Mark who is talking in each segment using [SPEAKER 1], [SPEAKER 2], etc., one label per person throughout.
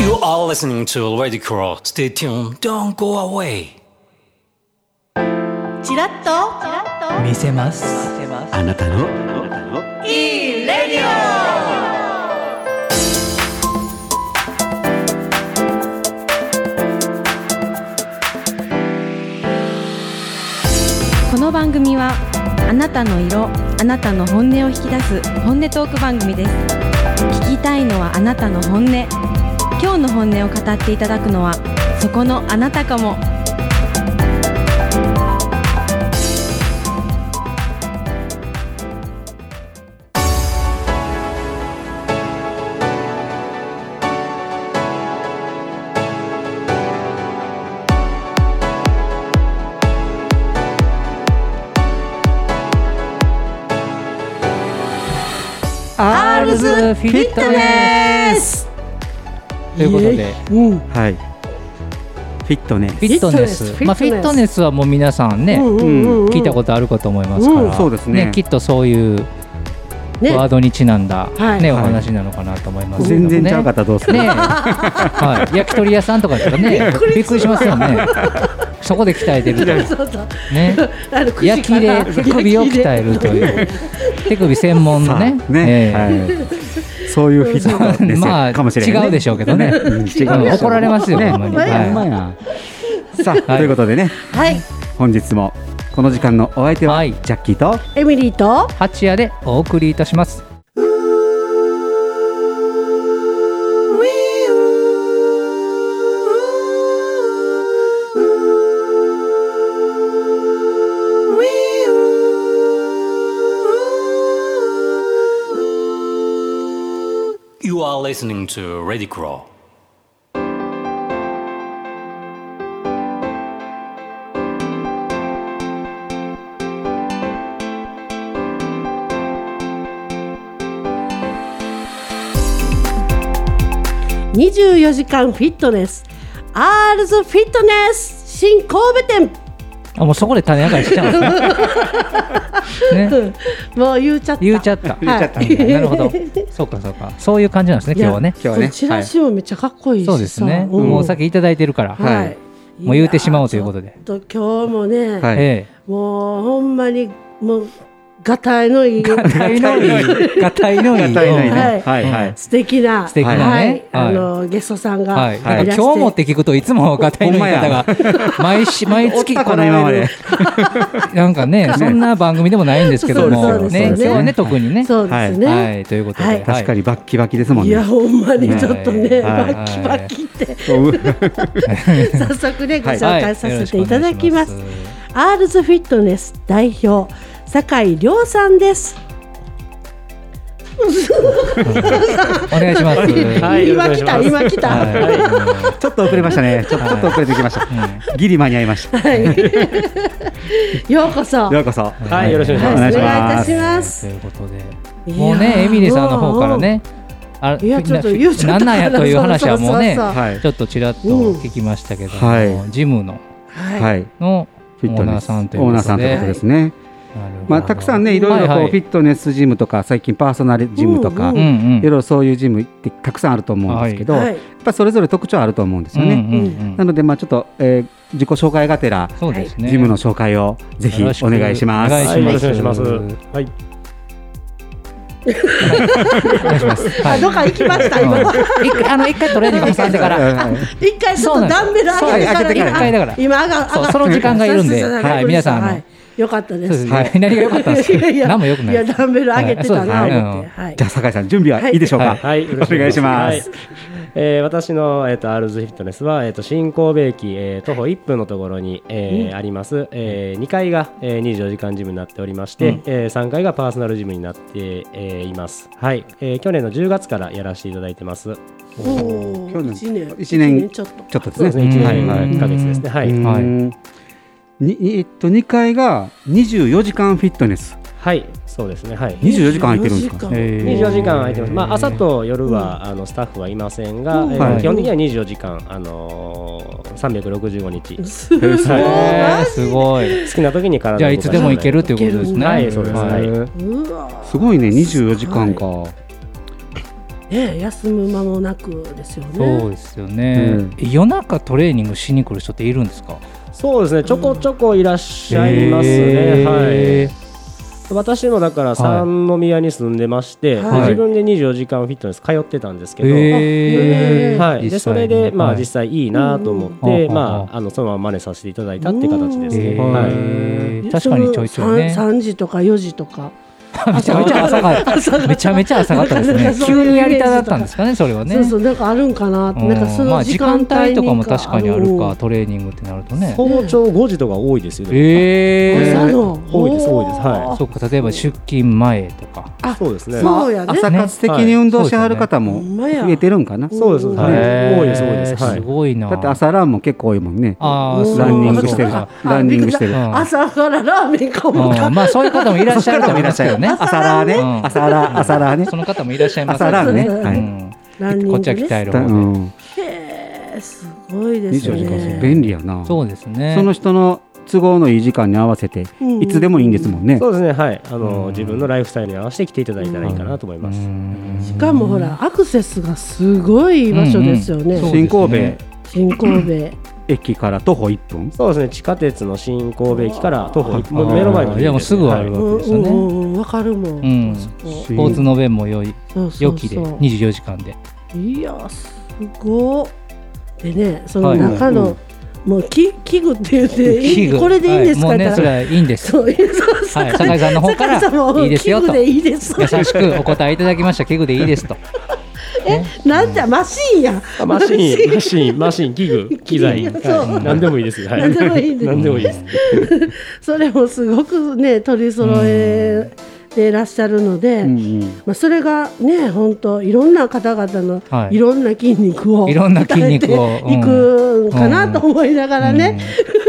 [SPEAKER 1] You are listening to Lady Crow. Stay tuned. Don't go away.
[SPEAKER 2] チラッと
[SPEAKER 3] 見せます
[SPEAKER 4] あなたの
[SPEAKER 2] いいレディ
[SPEAKER 5] この番組はあなたの色あなたの本音を引き出す本音トーク番組です聞きたいのはあなたの本音今日の本音を語っていただくのはそこのあなたかも
[SPEAKER 3] アールズフィットネスということで
[SPEAKER 4] はいフィットネ
[SPEAKER 3] フィットネスまあフィットネスはもう皆さんね聞いたことあるかと思いますか
[SPEAKER 4] うん
[SPEAKER 3] ら
[SPEAKER 4] そうですね
[SPEAKER 3] きっとそういう
[SPEAKER 6] ね
[SPEAKER 3] ワードにちなんだ
[SPEAKER 6] はい
[SPEAKER 3] ねお
[SPEAKER 4] はい
[SPEAKER 3] 話なのかなと思います
[SPEAKER 4] ス
[SPEAKER 3] けどもね
[SPEAKER 4] 全然ちゃうかったらどうする
[SPEAKER 3] ねはい焼き鳥屋さんとかだとね びっくりしますよねそこで鍛えてると
[SPEAKER 6] そうそう
[SPEAKER 3] ね
[SPEAKER 6] あの9
[SPEAKER 3] 焼き
[SPEAKER 6] 時から
[SPEAKER 3] で手首を鍛えるという手首専門の
[SPEAKER 4] さ
[SPEAKER 3] ね
[SPEAKER 4] あね
[SPEAKER 3] ええ
[SPEAKER 4] はいそういうフィットネス
[SPEAKER 3] まあ
[SPEAKER 4] かもしれない
[SPEAKER 3] 違うでしょうけどね
[SPEAKER 4] ん違うでしょう
[SPEAKER 3] うん怒られますよ
[SPEAKER 4] ね
[SPEAKER 3] ほんまに
[SPEAKER 4] ほんまや
[SPEAKER 3] はい
[SPEAKER 4] ほんまやさあ
[SPEAKER 3] はい
[SPEAKER 4] ということでね
[SPEAKER 6] はい
[SPEAKER 4] 本日もこの時間のお相手は
[SPEAKER 3] はい
[SPEAKER 4] ジャッキーと
[SPEAKER 6] エミリーと
[SPEAKER 3] 八夜でお送りいたします。
[SPEAKER 1] You are listening to Lady Crow.
[SPEAKER 6] 24時間フィットネスアールズフィットネス新神戸店
[SPEAKER 3] あもうそこで種明かりしちゃうんです ね。ね
[SPEAKER 6] もう言うちゃった
[SPEAKER 3] 言っちゃった。
[SPEAKER 6] 言っちゃった
[SPEAKER 3] はいなるほど。そうかそうか。そういう感じなんですね今日はね。
[SPEAKER 4] 日はね
[SPEAKER 6] そうチラシもめっちゃかっこいいしさ
[SPEAKER 3] そうですね。
[SPEAKER 6] うん
[SPEAKER 3] もうお酒いただいてるから。
[SPEAKER 6] はい
[SPEAKER 3] もう言うてしまおうということで
[SPEAKER 6] やーちょっと今日もね、
[SPEAKER 4] はい
[SPEAKER 3] え
[SPEAKER 6] もうほんまにもうがたいのいい
[SPEAKER 3] え。体のいい。体のいい。
[SPEAKER 4] 硬いのにね
[SPEAKER 6] はい
[SPEAKER 4] はいはい
[SPEAKER 6] 素敵な
[SPEAKER 3] 素敵なね
[SPEAKER 6] はい
[SPEAKER 3] はい
[SPEAKER 6] あのゲストさんが、
[SPEAKER 3] はい。
[SPEAKER 6] い
[SPEAKER 3] なん
[SPEAKER 6] ら
[SPEAKER 3] か
[SPEAKER 6] して
[SPEAKER 3] 今日もって聞くといつも硬いの言い方が毎し毎
[SPEAKER 4] おっ
[SPEAKER 3] 月
[SPEAKER 4] たかな今まで
[SPEAKER 3] なんかねそんな番組でもないんですけど
[SPEAKER 6] そ
[SPEAKER 3] も
[SPEAKER 6] うです
[SPEAKER 3] ね今
[SPEAKER 6] そうです
[SPEAKER 3] 日はね特にね
[SPEAKER 6] そうですね、
[SPEAKER 3] はいということ
[SPEAKER 6] は
[SPEAKER 3] で
[SPEAKER 6] い
[SPEAKER 3] はい
[SPEAKER 4] 確かにバッキバキですもん
[SPEAKER 6] い
[SPEAKER 4] ね
[SPEAKER 6] やほんまにちょっとね、
[SPEAKER 4] はい
[SPEAKER 6] バッキバキって、
[SPEAKER 4] そう
[SPEAKER 6] 早速 ねご紹
[SPEAKER 3] は
[SPEAKER 6] 介
[SPEAKER 3] い
[SPEAKER 6] させていただきます,、
[SPEAKER 3] よろしくお願いしま
[SPEAKER 6] アールズフィットネス代表酒井亮さんです
[SPEAKER 3] お願いします。
[SPEAKER 7] は い
[SPEAKER 6] 今来た今来た、
[SPEAKER 3] は
[SPEAKER 4] ちょっと遅れましたねちょちょっと遅れてきましたギリ間に合いました
[SPEAKER 6] ようこそ
[SPEAKER 4] ようこそ
[SPEAKER 7] はい、よろしくお願
[SPEAKER 6] はいお
[SPEAKER 4] お願い
[SPEAKER 7] いします。
[SPEAKER 6] 願い
[SPEAKER 4] し
[SPEAKER 6] い
[SPEAKER 4] ま
[SPEAKER 6] た
[SPEAKER 4] す
[SPEAKER 6] し
[SPEAKER 3] い
[SPEAKER 6] ま
[SPEAKER 3] と
[SPEAKER 6] す
[SPEAKER 3] いうことで、
[SPEAKER 6] いやー
[SPEAKER 3] もうね、エミリーさんの方からね、あ
[SPEAKER 6] いやちょっと言うちゃ
[SPEAKER 3] な
[SPEAKER 6] っ
[SPEAKER 3] ん
[SPEAKER 6] た
[SPEAKER 3] なんやという話はもうね
[SPEAKER 6] そ、そそ
[SPEAKER 4] はい
[SPEAKER 3] ちょっとちらっと聞きましたけど
[SPEAKER 4] うんは
[SPEAKER 3] も、ジムの
[SPEAKER 6] はい、
[SPEAKER 4] はい
[SPEAKER 3] の
[SPEAKER 4] フィットネ
[SPEAKER 3] オー
[SPEAKER 4] ス
[SPEAKER 3] ナーさんということで
[SPEAKER 4] オーナーさんということですね
[SPEAKER 3] なるほど
[SPEAKER 4] まあたくさんねいろいろこ
[SPEAKER 3] は
[SPEAKER 4] う
[SPEAKER 3] は
[SPEAKER 4] フィットネスジムとか最近パーソナルジムとか
[SPEAKER 6] う
[SPEAKER 3] うんん
[SPEAKER 4] いうろいろそういうジムってたくさんあると思うんですけど
[SPEAKER 6] はい
[SPEAKER 4] やっぱそれぞれ特徴あると思うんです
[SPEAKER 3] うん
[SPEAKER 4] よ
[SPEAKER 3] うんう
[SPEAKER 4] ね
[SPEAKER 3] んう
[SPEAKER 4] なんのでまあちょっとえー自己紹介がてら
[SPEAKER 3] そうですね。
[SPEAKER 4] ジムの紹介をぜひ
[SPEAKER 3] よろしく
[SPEAKER 4] お願いしま
[SPEAKER 3] お願い
[SPEAKER 4] す
[SPEAKER 3] し
[SPEAKER 7] はい、よろしくお願いします。
[SPEAKER 3] お
[SPEAKER 7] はい、
[SPEAKER 3] 願いし ます。は
[SPEAKER 6] あ
[SPEAKER 3] い
[SPEAKER 6] どっか行きました今
[SPEAKER 3] うん一回あの一回トレーニング挟んでから、
[SPEAKER 4] はい
[SPEAKER 6] 一回ちょっとダンベル上げてから
[SPEAKER 4] そうなんです
[SPEAKER 3] 一回だから
[SPEAKER 6] 今上が
[SPEAKER 3] そう
[SPEAKER 6] 上が
[SPEAKER 3] その時間がいるんで
[SPEAKER 6] そうそうそう
[SPEAKER 3] はい皆さんあの
[SPEAKER 6] はいよかったで
[SPEAKER 3] そうです
[SPEAKER 6] す
[SPEAKER 3] ね何が良かったんです
[SPEAKER 6] いやいや
[SPEAKER 3] か。何も良くないい
[SPEAKER 6] や
[SPEAKER 3] です。
[SPEAKER 6] ダンベル上げてたな
[SPEAKER 3] はい
[SPEAKER 6] 思ってはい
[SPEAKER 4] じゃあ酒井さん準備はいいでしょうか
[SPEAKER 3] は
[SPEAKER 7] はい、よろしく
[SPEAKER 4] お願いします
[SPEAKER 7] はいえー私の、えー、とアールズフィットネスは、えー、と新神戸駅、えー徒歩1分のところに、えーあります、え2階が、えー、24時間ジムになっておりまして、え3階がパーソナルジムになって、えーいます、はいえー去年の10月からやらせていただいてます
[SPEAKER 6] お
[SPEAKER 4] 去
[SPEAKER 6] ー
[SPEAKER 4] 年
[SPEAKER 6] 一年
[SPEAKER 4] 一年
[SPEAKER 6] ちょっと
[SPEAKER 4] ちょっと
[SPEAKER 7] そ
[SPEAKER 4] で
[SPEAKER 7] うですすね
[SPEAKER 4] ね
[SPEAKER 7] 1
[SPEAKER 4] はい
[SPEAKER 7] 年
[SPEAKER 4] はい
[SPEAKER 7] 1か月ですねは
[SPEAKER 4] う
[SPEAKER 7] い、
[SPEAKER 3] はい
[SPEAKER 4] んにえっと2階が24時間フィットネス
[SPEAKER 7] はい、そうですねはい
[SPEAKER 4] 24時間空いてるんですか
[SPEAKER 6] 24時間
[SPEAKER 4] えー
[SPEAKER 7] 24時間空いてます、まあ、朝と夜は、あのスタッフはいませんが、えー
[SPEAKER 4] はい
[SPEAKER 7] 基本的には24時間、あのー、365日
[SPEAKER 6] すごい
[SPEAKER 3] へーすごい。
[SPEAKER 7] 好きな時に体を動か
[SPEAKER 3] じゃあいつでも行けるっていうことですね。
[SPEAKER 7] はいそうですはい
[SPEAKER 6] うんうわ
[SPEAKER 4] すごいね24時間か、
[SPEAKER 6] ね休む間もなくですよ
[SPEAKER 3] そ
[SPEAKER 6] ね
[SPEAKER 3] うですよね、夜中トレーニングしに来る人っているんですか
[SPEAKER 7] そうですねちょこちょこいらっしゃいますね、はい
[SPEAKER 3] へ
[SPEAKER 7] 私もだから三宮に住んでまして、で
[SPEAKER 6] はい
[SPEAKER 7] 自分で24時間フィットネス通ってたんですけど、
[SPEAKER 3] え実際
[SPEAKER 7] は
[SPEAKER 3] に
[SPEAKER 7] い、でそれで、ま
[SPEAKER 3] は
[SPEAKER 7] あ、
[SPEAKER 3] い
[SPEAKER 7] 実際いいなと思って、
[SPEAKER 3] うん
[SPEAKER 7] ま
[SPEAKER 3] うん
[SPEAKER 7] あ、あのそのまま真似させていただいたって形ですね。
[SPEAKER 3] へー
[SPEAKER 7] はい
[SPEAKER 6] ね
[SPEAKER 3] 確かにちょいちょいね
[SPEAKER 6] その三三時とか4時とか
[SPEAKER 3] めちゃめちゃ朝がめちゃめちゃ朝がったですね急にやりただったんですかねそれはね
[SPEAKER 6] そうそうなんかあるんかなって
[SPEAKER 3] うん
[SPEAKER 6] なんかそ
[SPEAKER 3] ま
[SPEAKER 6] の
[SPEAKER 3] あ
[SPEAKER 6] 時
[SPEAKER 3] 時
[SPEAKER 6] 間
[SPEAKER 3] 間
[SPEAKER 6] 帯に
[SPEAKER 3] 帯とかも確かにある
[SPEAKER 6] う
[SPEAKER 3] か
[SPEAKER 6] ん
[SPEAKER 3] トレーニングってなるとね
[SPEAKER 7] 早朝5時とか多いですよね。
[SPEAKER 3] え
[SPEAKER 6] 朝
[SPEAKER 3] え
[SPEAKER 6] の
[SPEAKER 7] 多いです多いですは
[SPEAKER 3] そっか例えば出勤前とか
[SPEAKER 7] そうですね。
[SPEAKER 6] そうやね
[SPEAKER 4] 朝活的に運動しはる方
[SPEAKER 6] ねほ
[SPEAKER 4] も
[SPEAKER 6] んまや
[SPEAKER 4] 増えてるんかな、
[SPEAKER 7] そうです。はい。
[SPEAKER 3] へー
[SPEAKER 7] 多いです多いです。はい
[SPEAKER 3] す。ごいな
[SPEAKER 4] だって朝ランも結構多いもんね
[SPEAKER 3] あーそう
[SPEAKER 4] ランニングして
[SPEAKER 3] そ
[SPEAKER 4] る
[SPEAKER 3] うか
[SPEAKER 4] ランニングしてる
[SPEAKER 3] う
[SPEAKER 4] あ
[SPEAKER 3] ん
[SPEAKER 6] 朝からラーメンかも
[SPEAKER 3] うんまあそういう方もいらっしゃると思いますけどね
[SPEAKER 4] 朝ラーね
[SPEAKER 3] うん
[SPEAKER 4] 朝ラー朝ラーね
[SPEAKER 3] その方もいらっしゃいます
[SPEAKER 4] 朝ランね、
[SPEAKER 3] う
[SPEAKER 4] はい
[SPEAKER 3] ん
[SPEAKER 6] ランニングね
[SPEAKER 3] こっちは鍛える
[SPEAKER 4] だ
[SPEAKER 3] 方
[SPEAKER 4] う
[SPEAKER 3] で
[SPEAKER 4] ん、
[SPEAKER 6] へーすごいです
[SPEAKER 4] 24時間そう
[SPEAKER 6] ね
[SPEAKER 4] 便利やな
[SPEAKER 3] そうですね
[SPEAKER 4] その人の都合のいい時間に合わせて
[SPEAKER 6] うん
[SPEAKER 4] いつでもいいんですもんね、
[SPEAKER 7] そうですね。はい。あの、
[SPEAKER 3] うん
[SPEAKER 7] 自分のライフスタイルに合わせて来ていただいたらいいかなと思いま
[SPEAKER 3] う
[SPEAKER 7] す。
[SPEAKER 3] ん
[SPEAKER 6] しかもほらアクセスがすごい場所ですよね、
[SPEAKER 3] うんうんそう
[SPEAKER 4] 新神戸
[SPEAKER 3] そうです
[SPEAKER 6] 新神戸
[SPEAKER 4] 駅から徒歩1分
[SPEAKER 7] そうですね。地下鉄の新神戸駅から徒歩一
[SPEAKER 3] あ
[SPEAKER 7] も
[SPEAKER 3] ー
[SPEAKER 7] う目の前の
[SPEAKER 3] いやもうすぐある
[SPEAKER 7] はい
[SPEAKER 3] わけですよね
[SPEAKER 6] うんうんうんわかるもん、
[SPEAKER 3] うん
[SPEAKER 6] そこ
[SPEAKER 3] スポーツの便も良い
[SPEAKER 6] そうそうそう
[SPEAKER 3] 良きで24時間で
[SPEAKER 6] いやすごっでねその
[SPEAKER 3] はい
[SPEAKER 6] 中の、
[SPEAKER 4] うん
[SPEAKER 6] もうき器具って言っていい
[SPEAKER 3] 器具
[SPEAKER 6] これでいいんですか、
[SPEAKER 3] は
[SPEAKER 6] っ
[SPEAKER 3] い
[SPEAKER 6] て
[SPEAKER 3] もうねそれはいいんです
[SPEAKER 6] そうそう
[SPEAKER 3] は
[SPEAKER 6] 酒
[SPEAKER 3] い酒井さんの方から
[SPEAKER 6] 酒井さんも
[SPEAKER 3] いいですよ
[SPEAKER 6] 器
[SPEAKER 3] と
[SPEAKER 6] 具でいいです
[SPEAKER 3] 優しくお答えいただきました器具でいいですと
[SPEAKER 6] なんだマシンや
[SPEAKER 7] あマシン、マシン、マシン、器具、機材、
[SPEAKER 6] 器具そう
[SPEAKER 7] はい何でもいいです。はい。
[SPEAKER 6] 何でもいいです
[SPEAKER 7] 何でもいいです。
[SPEAKER 6] それもすごくね取り揃えていらっしゃるので、
[SPEAKER 4] うんうん
[SPEAKER 6] まあ、それがね本当いろんな方々の
[SPEAKER 3] はい
[SPEAKER 6] いろんな筋肉を
[SPEAKER 3] いろんな筋肉を
[SPEAKER 6] 鍛えていくんかなと思いながらね、
[SPEAKER 3] うん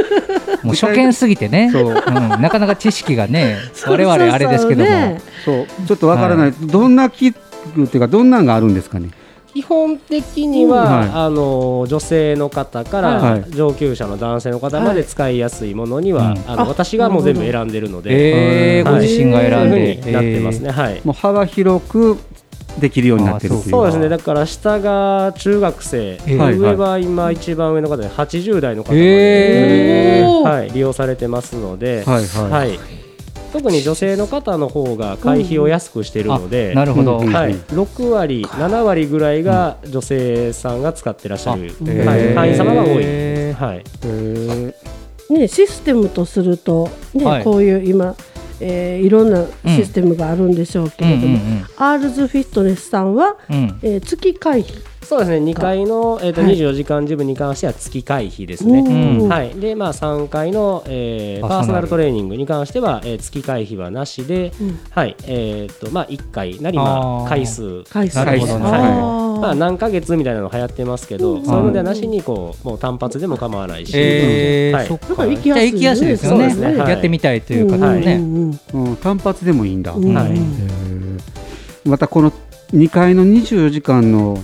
[SPEAKER 3] もう初見すぎてね
[SPEAKER 4] そう
[SPEAKER 3] うんなかなか知識がね
[SPEAKER 6] そ
[SPEAKER 3] 我
[SPEAKER 6] うそうそう
[SPEAKER 3] 々あれですけども
[SPEAKER 6] ね
[SPEAKER 4] そうちょっとわからない、どんな器具っていうかどんなんがあるんですかね
[SPEAKER 7] 基本的には、
[SPEAKER 4] はい
[SPEAKER 7] あの女性の方から、
[SPEAKER 4] はい
[SPEAKER 7] 上級者の男性の方まで使いやすいものには、
[SPEAKER 3] はい
[SPEAKER 7] あの
[SPEAKER 6] あ
[SPEAKER 7] 私がもう全部選んでるので、
[SPEAKER 3] えー
[SPEAKER 7] はい
[SPEAKER 3] ご自身が選ん
[SPEAKER 7] そう
[SPEAKER 3] で
[SPEAKER 7] いうふうになってますね、はい
[SPEAKER 4] もう幅広くできるようになってるっていう
[SPEAKER 7] そうですねだから下が中学生、
[SPEAKER 3] えー
[SPEAKER 7] 上は今一番上の方で80代の方ま
[SPEAKER 3] え
[SPEAKER 7] で、
[SPEAKER 6] ー
[SPEAKER 7] はい、利用されてますので、
[SPEAKER 4] はいはい
[SPEAKER 7] はい特に女性の方の方が会費を安くしているので、
[SPEAKER 3] あなるほど、
[SPEAKER 4] うん
[SPEAKER 7] はい、6割、7割ぐらいが女性さんが使ってらっしゃる、
[SPEAKER 3] あへー
[SPEAKER 7] はい、会員様が多いです、はい、
[SPEAKER 6] ね、システムとすると、ね
[SPEAKER 3] はい
[SPEAKER 6] こういう今、えーいろんなシステムがあるんでしょうけれども、
[SPEAKER 3] うんうんうん
[SPEAKER 6] アールズフィットネスさんは、
[SPEAKER 3] うん
[SPEAKER 6] えー月会費、
[SPEAKER 7] そうですね、2階の、えー、と
[SPEAKER 6] はい
[SPEAKER 7] 24時間ジムに関しては月会費です
[SPEAKER 6] うん
[SPEAKER 7] ね。
[SPEAKER 3] うん
[SPEAKER 7] はいでまあ、3階の、えー
[SPEAKER 3] パーソナル
[SPEAKER 7] パーソナルトレーニングに関しては、えー月会費はなしで、
[SPEAKER 6] うん
[SPEAKER 7] はいえーとまあ、1回なり、
[SPEAKER 3] あ
[SPEAKER 7] ま
[SPEAKER 3] ー
[SPEAKER 7] あ、回数
[SPEAKER 6] 回数
[SPEAKER 3] なるほどね
[SPEAKER 7] はい
[SPEAKER 6] あー
[SPEAKER 7] まあ、何ヶ月みたいなの流行ってますけ
[SPEAKER 6] う
[SPEAKER 7] ど、
[SPEAKER 6] ん
[SPEAKER 7] そういうのではなしにこうもう単発でも構わないし、
[SPEAKER 3] えー
[SPEAKER 7] はい
[SPEAKER 3] そっか
[SPEAKER 6] だから行き
[SPEAKER 3] じゃ
[SPEAKER 6] や
[SPEAKER 3] あ
[SPEAKER 6] すいね
[SPEAKER 3] 行きやすいですよね
[SPEAKER 7] そうですねはい
[SPEAKER 3] やってみたいという方もね、
[SPEAKER 6] うんうんうん
[SPEAKER 4] うん単発でもいいんだ、
[SPEAKER 6] うん
[SPEAKER 4] へ
[SPEAKER 7] はい
[SPEAKER 4] ーまたこの2階の24時間の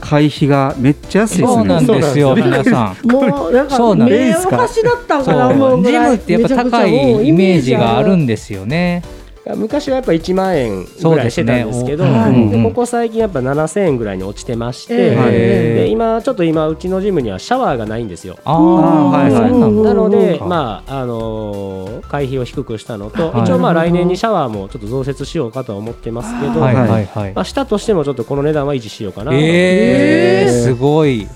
[SPEAKER 4] 会費がめっちゃ安いですね
[SPEAKER 3] そうなんですよ皆さん
[SPEAKER 6] もうなん
[SPEAKER 3] そう
[SPEAKER 6] か
[SPEAKER 3] なん
[SPEAKER 4] で
[SPEAKER 6] 目
[SPEAKER 4] す
[SPEAKER 6] お
[SPEAKER 4] か
[SPEAKER 6] かしだったん
[SPEAKER 3] そ
[SPEAKER 6] かな思う
[SPEAKER 3] う
[SPEAKER 6] ぐ
[SPEAKER 3] ジ
[SPEAKER 6] ら
[SPEAKER 3] ム
[SPEAKER 6] い
[SPEAKER 3] ってやっぱ高
[SPEAKER 6] めちゃくちゃ多
[SPEAKER 3] いイメージがある
[SPEAKER 6] イメージ
[SPEAKER 3] んですよね。
[SPEAKER 7] 昔はやっぱ1万円ぐらいしてたんですけど
[SPEAKER 3] そう
[SPEAKER 4] ですねお
[SPEAKER 7] で
[SPEAKER 4] はい
[SPEAKER 7] ここ最近やっぱ7000円ぐらいに落ちてまして、
[SPEAKER 6] え
[SPEAKER 4] はい
[SPEAKER 7] で
[SPEAKER 3] へー
[SPEAKER 7] 今ちょっと今うちのジムにはシャワーがないんですよ
[SPEAKER 3] あ
[SPEAKER 4] あーはいはい
[SPEAKER 3] そうなんだ。
[SPEAKER 7] なので、
[SPEAKER 3] うん
[SPEAKER 7] まああのー会費を低くしたのと、
[SPEAKER 3] はい
[SPEAKER 7] 一応まあ来年にシャワーもちょっと増設しようかとは思ってますけど、
[SPEAKER 3] はい
[SPEAKER 4] は
[SPEAKER 3] はいいはい
[SPEAKER 7] ま。あ、したとしてもちょっとこの値段は維持しようかな、
[SPEAKER 3] えー、すごい。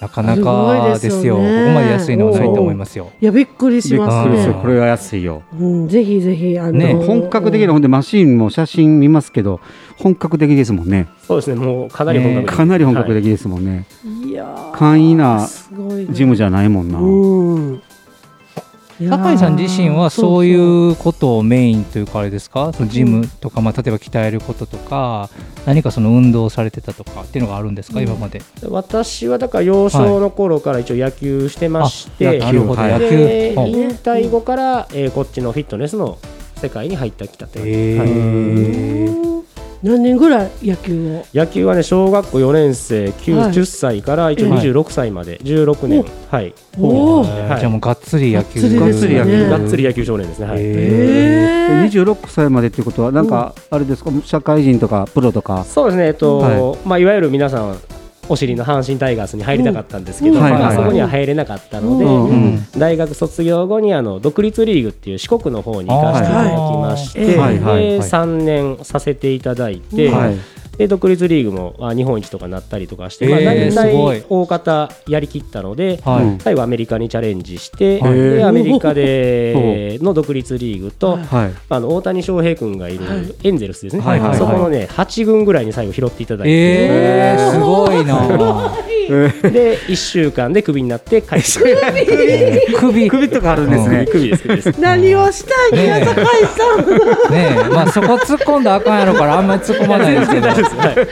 [SPEAKER 3] なかなかです
[SPEAKER 6] す
[SPEAKER 3] よ。
[SPEAKER 6] ごい
[SPEAKER 3] こ
[SPEAKER 6] ですよね
[SPEAKER 3] こまで安いのはないと思いますよ。
[SPEAKER 6] いやびっくりします
[SPEAKER 4] びっくりする
[SPEAKER 6] ね、
[SPEAKER 4] これは安いよ
[SPEAKER 6] うん、ぜひぜひあの、
[SPEAKER 3] ね
[SPEAKER 4] 本格的なほんでマシンも写真見ますけど本格的ですもんね
[SPEAKER 7] そうですねもうかなり本格的、
[SPEAKER 4] かなり本格
[SPEAKER 7] はい
[SPEAKER 4] 的ですもんね、
[SPEAKER 6] いやー
[SPEAKER 4] 簡易な
[SPEAKER 6] すごいな
[SPEAKER 4] ジムじゃないもんな、
[SPEAKER 6] うんいやー
[SPEAKER 3] 酒井さん自身はそういうことをメインというかあれですかそのジムとか、まあ、例えば鍛えることとか何かその運動をされてたとかっていうのがあるんですか、今まで
[SPEAKER 7] 私はだから幼少の頃から一応野球してまして、
[SPEAKER 3] あなるほど
[SPEAKER 4] はい
[SPEAKER 3] 野球
[SPEAKER 7] で
[SPEAKER 3] ほう
[SPEAKER 7] 引退後から、えーこっちのフィットネスの世界に入ってきたって感じ
[SPEAKER 3] えー
[SPEAKER 6] 何年ぐらい野球を
[SPEAKER 7] 野球はね小学校4年生9、
[SPEAKER 6] はい
[SPEAKER 7] 10歳から一応
[SPEAKER 3] はい
[SPEAKER 7] 26歳まで16年はい、
[SPEAKER 6] おお
[SPEAKER 7] はい
[SPEAKER 3] じゃあもうがっつり野球
[SPEAKER 6] が
[SPEAKER 4] っつりですね
[SPEAKER 7] がっつり野球少年ですね、はい
[SPEAKER 3] え
[SPEAKER 6] ええ
[SPEAKER 4] 26歳までっていうことは、なんかあれですか、社会人とかプロとか、
[SPEAKER 7] そうですねえっと、
[SPEAKER 4] はい
[SPEAKER 7] まあいわゆる皆さんお尻の阪神タイガースに入りたかったんですけど、
[SPEAKER 6] うん
[SPEAKER 4] はい
[SPEAKER 7] まあ
[SPEAKER 4] はい
[SPEAKER 7] そこには入れなかったので、
[SPEAKER 4] うん
[SPEAKER 3] うん
[SPEAKER 7] 大学卒業後にあの独立リーグっていう四国の方に行かせていただきまして、
[SPEAKER 4] はいはい
[SPEAKER 7] で
[SPEAKER 3] はい
[SPEAKER 7] 3年させていただいて、
[SPEAKER 4] はい
[SPEAKER 7] で独立リーグもあ日本一とかなったりとかして、まあ、
[SPEAKER 3] えー
[SPEAKER 7] 大
[SPEAKER 3] すごい
[SPEAKER 7] 体大方やりきったので、
[SPEAKER 3] はい
[SPEAKER 4] うん
[SPEAKER 7] 最後アメリカにチャレンジして、
[SPEAKER 4] はい
[SPEAKER 7] でアメリカ での独立リーグと、
[SPEAKER 4] はい、
[SPEAKER 7] あの大谷翔平君がい
[SPEAKER 6] はい
[SPEAKER 7] るエンゼルスですね、
[SPEAKER 3] はいはいはい
[SPEAKER 7] そこのね8軍ぐらいに最後拾っていただいて、
[SPEAKER 3] えー、すごいな
[SPEAKER 7] で1週間でクビになって帰ってくる
[SPEAKER 3] 首
[SPEAKER 4] 首とかあるんですね、
[SPEAKER 7] クビですクビです
[SPEAKER 6] 何をしたい宮坂井さん
[SPEAKER 3] ねえまあそこ突っ込んだらあかんやろからあんまり突っ込まないですけど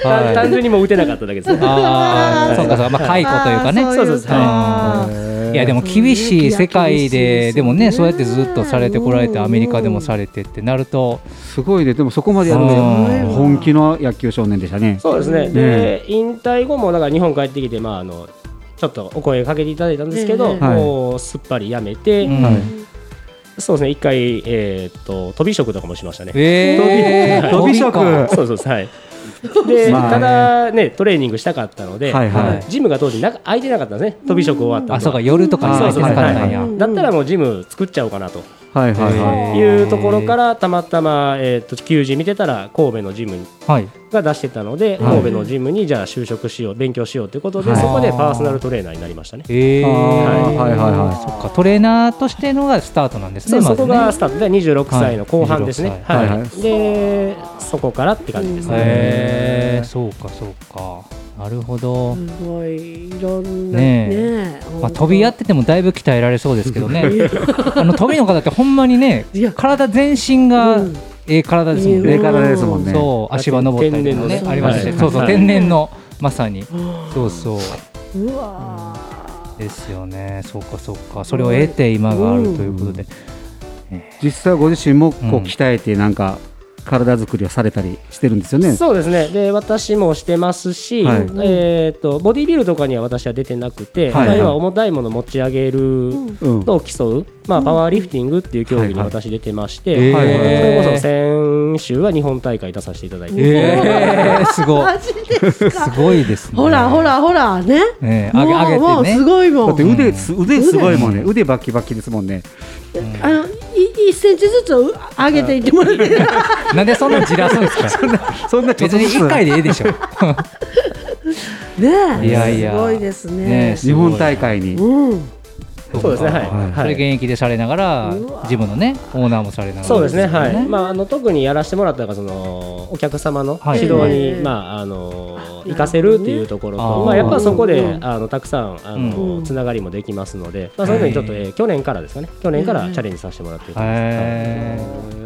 [SPEAKER 7] 単単純にもう打てなかっただけですね
[SPEAKER 3] ああそうかそうかまあ解雇というかね
[SPEAKER 6] あー
[SPEAKER 7] そうです
[SPEAKER 3] は
[SPEAKER 4] へ
[SPEAKER 3] い
[SPEAKER 4] ー
[SPEAKER 3] いやでも厳しい世界で
[SPEAKER 6] そういう野球厳しいですね
[SPEAKER 3] でもねそうやってずっとされてこられてアメリカでもされてってなると
[SPEAKER 4] すごいね、でもそこまでやるの
[SPEAKER 3] うん
[SPEAKER 4] 本気の野球少年でしたね。
[SPEAKER 7] そうですねで引退後もだから日本帰ってきてまああのちょっとお声かけていただいたんですけど、
[SPEAKER 6] ええ
[SPEAKER 4] はい
[SPEAKER 7] もうすっぱりやめて、
[SPEAKER 3] うん
[SPEAKER 7] そうですね一回、えーっと飛び職とかもしましたね
[SPEAKER 3] えー
[SPEAKER 4] 飛び職
[SPEAKER 3] か
[SPEAKER 7] そうそうですはい。で、
[SPEAKER 4] まあね
[SPEAKER 7] ただねトレーニングしたかったので、
[SPEAKER 4] はいはい
[SPEAKER 7] ジムが当時な空いてなかったんですね。飛び職終わった後は。
[SPEAKER 3] あそうか夜とかに
[SPEAKER 7] そ
[SPEAKER 3] 入
[SPEAKER 7] う
[SPEAKER 3] っ
[SPEAKER 7] そ
[SPEAKER 3] て
[SPEAKER 7] う
[SPEAKER 3] な
[SPEAKER 7] そう
[SPEAKER 3] かったんや
[SPEAKER 7] はいだったらもうジム作っちゃおうかなと
[SPEAKER 4] はいはいはい。
[SPEAKER 3] へー
[SPEAKER 7] いうところからたまたまえーっと球児見てたら神戸のジム
[SPEAKER 3] はい
[SPEAKER 7] が出してたので、
[SPEAKER 4] はい
[SPEAKER 7] 神戸のジムにじゃあ就職しよう勉強しようということで、
[SPEAKER 3] はい
[SPEAKER 7] そこでパーソナルトレーナーになりましたね。
[SPEAKER 3] えー
[SPEAKER 4] はいはいはいはい
[SPEAKER 3] そっかトレーナーとしてのがスタートなんです
[SPEAKER 7] そ
[SPEAKER 3] ね
[SPEAKER 7] う
[SPEAKER 3] ま
[SPEAKER 7] そ
[SPEAKER 3] ず
[SPEAKER 7] こ
[SPEAKER 3] ね
[SPEAKER 7] がスタートで26歳の後半ですね。
[SPEAKER 3] はい
[SPEAKER 7] はい。
[SPEAKER 4] はいは
[SPEAKER 7] でそこからって感じですね。
[SPEAKER 3] へえそうかそうかなるほど、
[SPEAKER 6] すごいいろん
[SPEAKER 3] ね
[SPEAKER 6] なね
[SPEAKER 3] え
[SPEAKER 6] え
[SPEAKER 3] まあ、飛び合っててもだいぶ鍛えられそうですけどねあの飛びの方ってほんまにね
[SPEAKER 6] いや
[SPEAKER 3] 体全身が
[SPEAKER 6] うん
[SPEAKER 3] ええ体ですもん
[SPEAKER 4] 上
[SPEAKER 3] ね、
[SPEAKER 4] からですもんね。
[SPEAKER 3] そう足場登ったりとかね
[SPEAKER 7] 天然のね
[SPEAKER 3] ありますね、
[SPEAKER 7] はい
[SPEAKER 3] そうそう
[SPEAKER 7] はい
[SPEAKER 3] 天然のまさにそうそう
[SPEAKER 6] うわー
[SPEAKER 3] ですよねそうかそうかそれを得て今があるということで、
[SPEAKER 4] 実際ご自身も
[SPEAKER 3] うん
[SPEAKER 4] こう鍛えてなんか体作りをされたりしてるんですよね。
[SPEAKER 7] そうですねで私もしてますし、
[SPEAKER 4] はい
[SPEAKER 7] えー、とボディビルとかには私は出てなくて、
[SPEAKER 4] はい
[SPEAKER 7] まあ、要は重たいもの持ち上げる
[SPEAKER 4] うん。
[SPEAKER 7] のを競う、まあ、パワーリフティングっていう競技に
[SPEAKER 4] はいはい
[SPEAKER 7] 私出てまし
[SPEAKER 3] え
[SPEAKER 7] て、
[SPEAKER 4] はいはい
[SPEAKER 7] それこそ先週は日本大会出させていただいて、
[SPEAKER 3] えー、すご
[SPEAKER 6] マジで
[SPEAKER 3] す
[SPEAKER 6] すか
[SPEAKER 3] ごいですね
[SPEAKER 6] ほらほらほらね
[SPEAKER 3] ね
[SPEAKER 6] も
[SPEAKER 3] 上
[SPEAKER 6] う
[SPEAKER 3] げ上げてね
[SPEAKER 6] もうすごいも
[SPEAKER 4] だって
[SPEAKER 6] ん
[SPEAKER 4] 腕す腕すごいもんね。腕バキバキですもんね。
[SPEAKER 6] あのい一センチずつ上げていってもらって
[SPEAKER 3] なんでそんなじらすんですか
[SPEAKER 4] そんなちょっ
[SPEAKER 3] 別
[SPEAKER 4] と
[SPEAKER 3] に
[SPEAKER 4] ずつ
[SPEAKER 3] 一回でええでしょ
[SPEAKER 6] ねえ
[SPEAKER 3] いやいや
[SPEAKER 6] すごいですね
[SPEAKER 3] ねえ
[SPEAKER 4] 日本大会に。
[SPEAKER 6] うん
[SPEAKER 7] そうですねはい、
[SPEAKER 4] はい
[SPEAKER 3] そ
[SPEAKER 7] は
[SPEAKER 3] れ
[SPEAKER 7] い
[SPEAKER 3] 現役でされながらジムのねオーナーもされながら
[SPEAKER 7] そうですね、
[SPEAKER 3] よ
[SPEAKER 7] はいまあ、あの特にやらせてもらったのがそのお客様の
[SPEAKER 3] はい
[SPEAKER 7] 指導に、
[SPEAKER 6] はい
[SPEAKER 7] まあ、あの行かせるっていうところ
[SPEAKER 3] あ
[SPEAKER 7] と、
[SPEAKER 3] ー
[SPEAKER 7] まあ、やっぱそこ
[SPEAKER 6] う
[SPEAKER 7] で
[SPEAKER 6] ん
[SPEAKER 7] あのたくさんあ
[SPEAKER 6] う
[SPEAKER 7] の
[SPEAKER 6] ん
[SPEAKER 7] つながりもできますので、まあ、そういうのにちょっと、えー去年からですかね去年からチャレンジさせてもらってる感じです
[SPEAKER 3] へー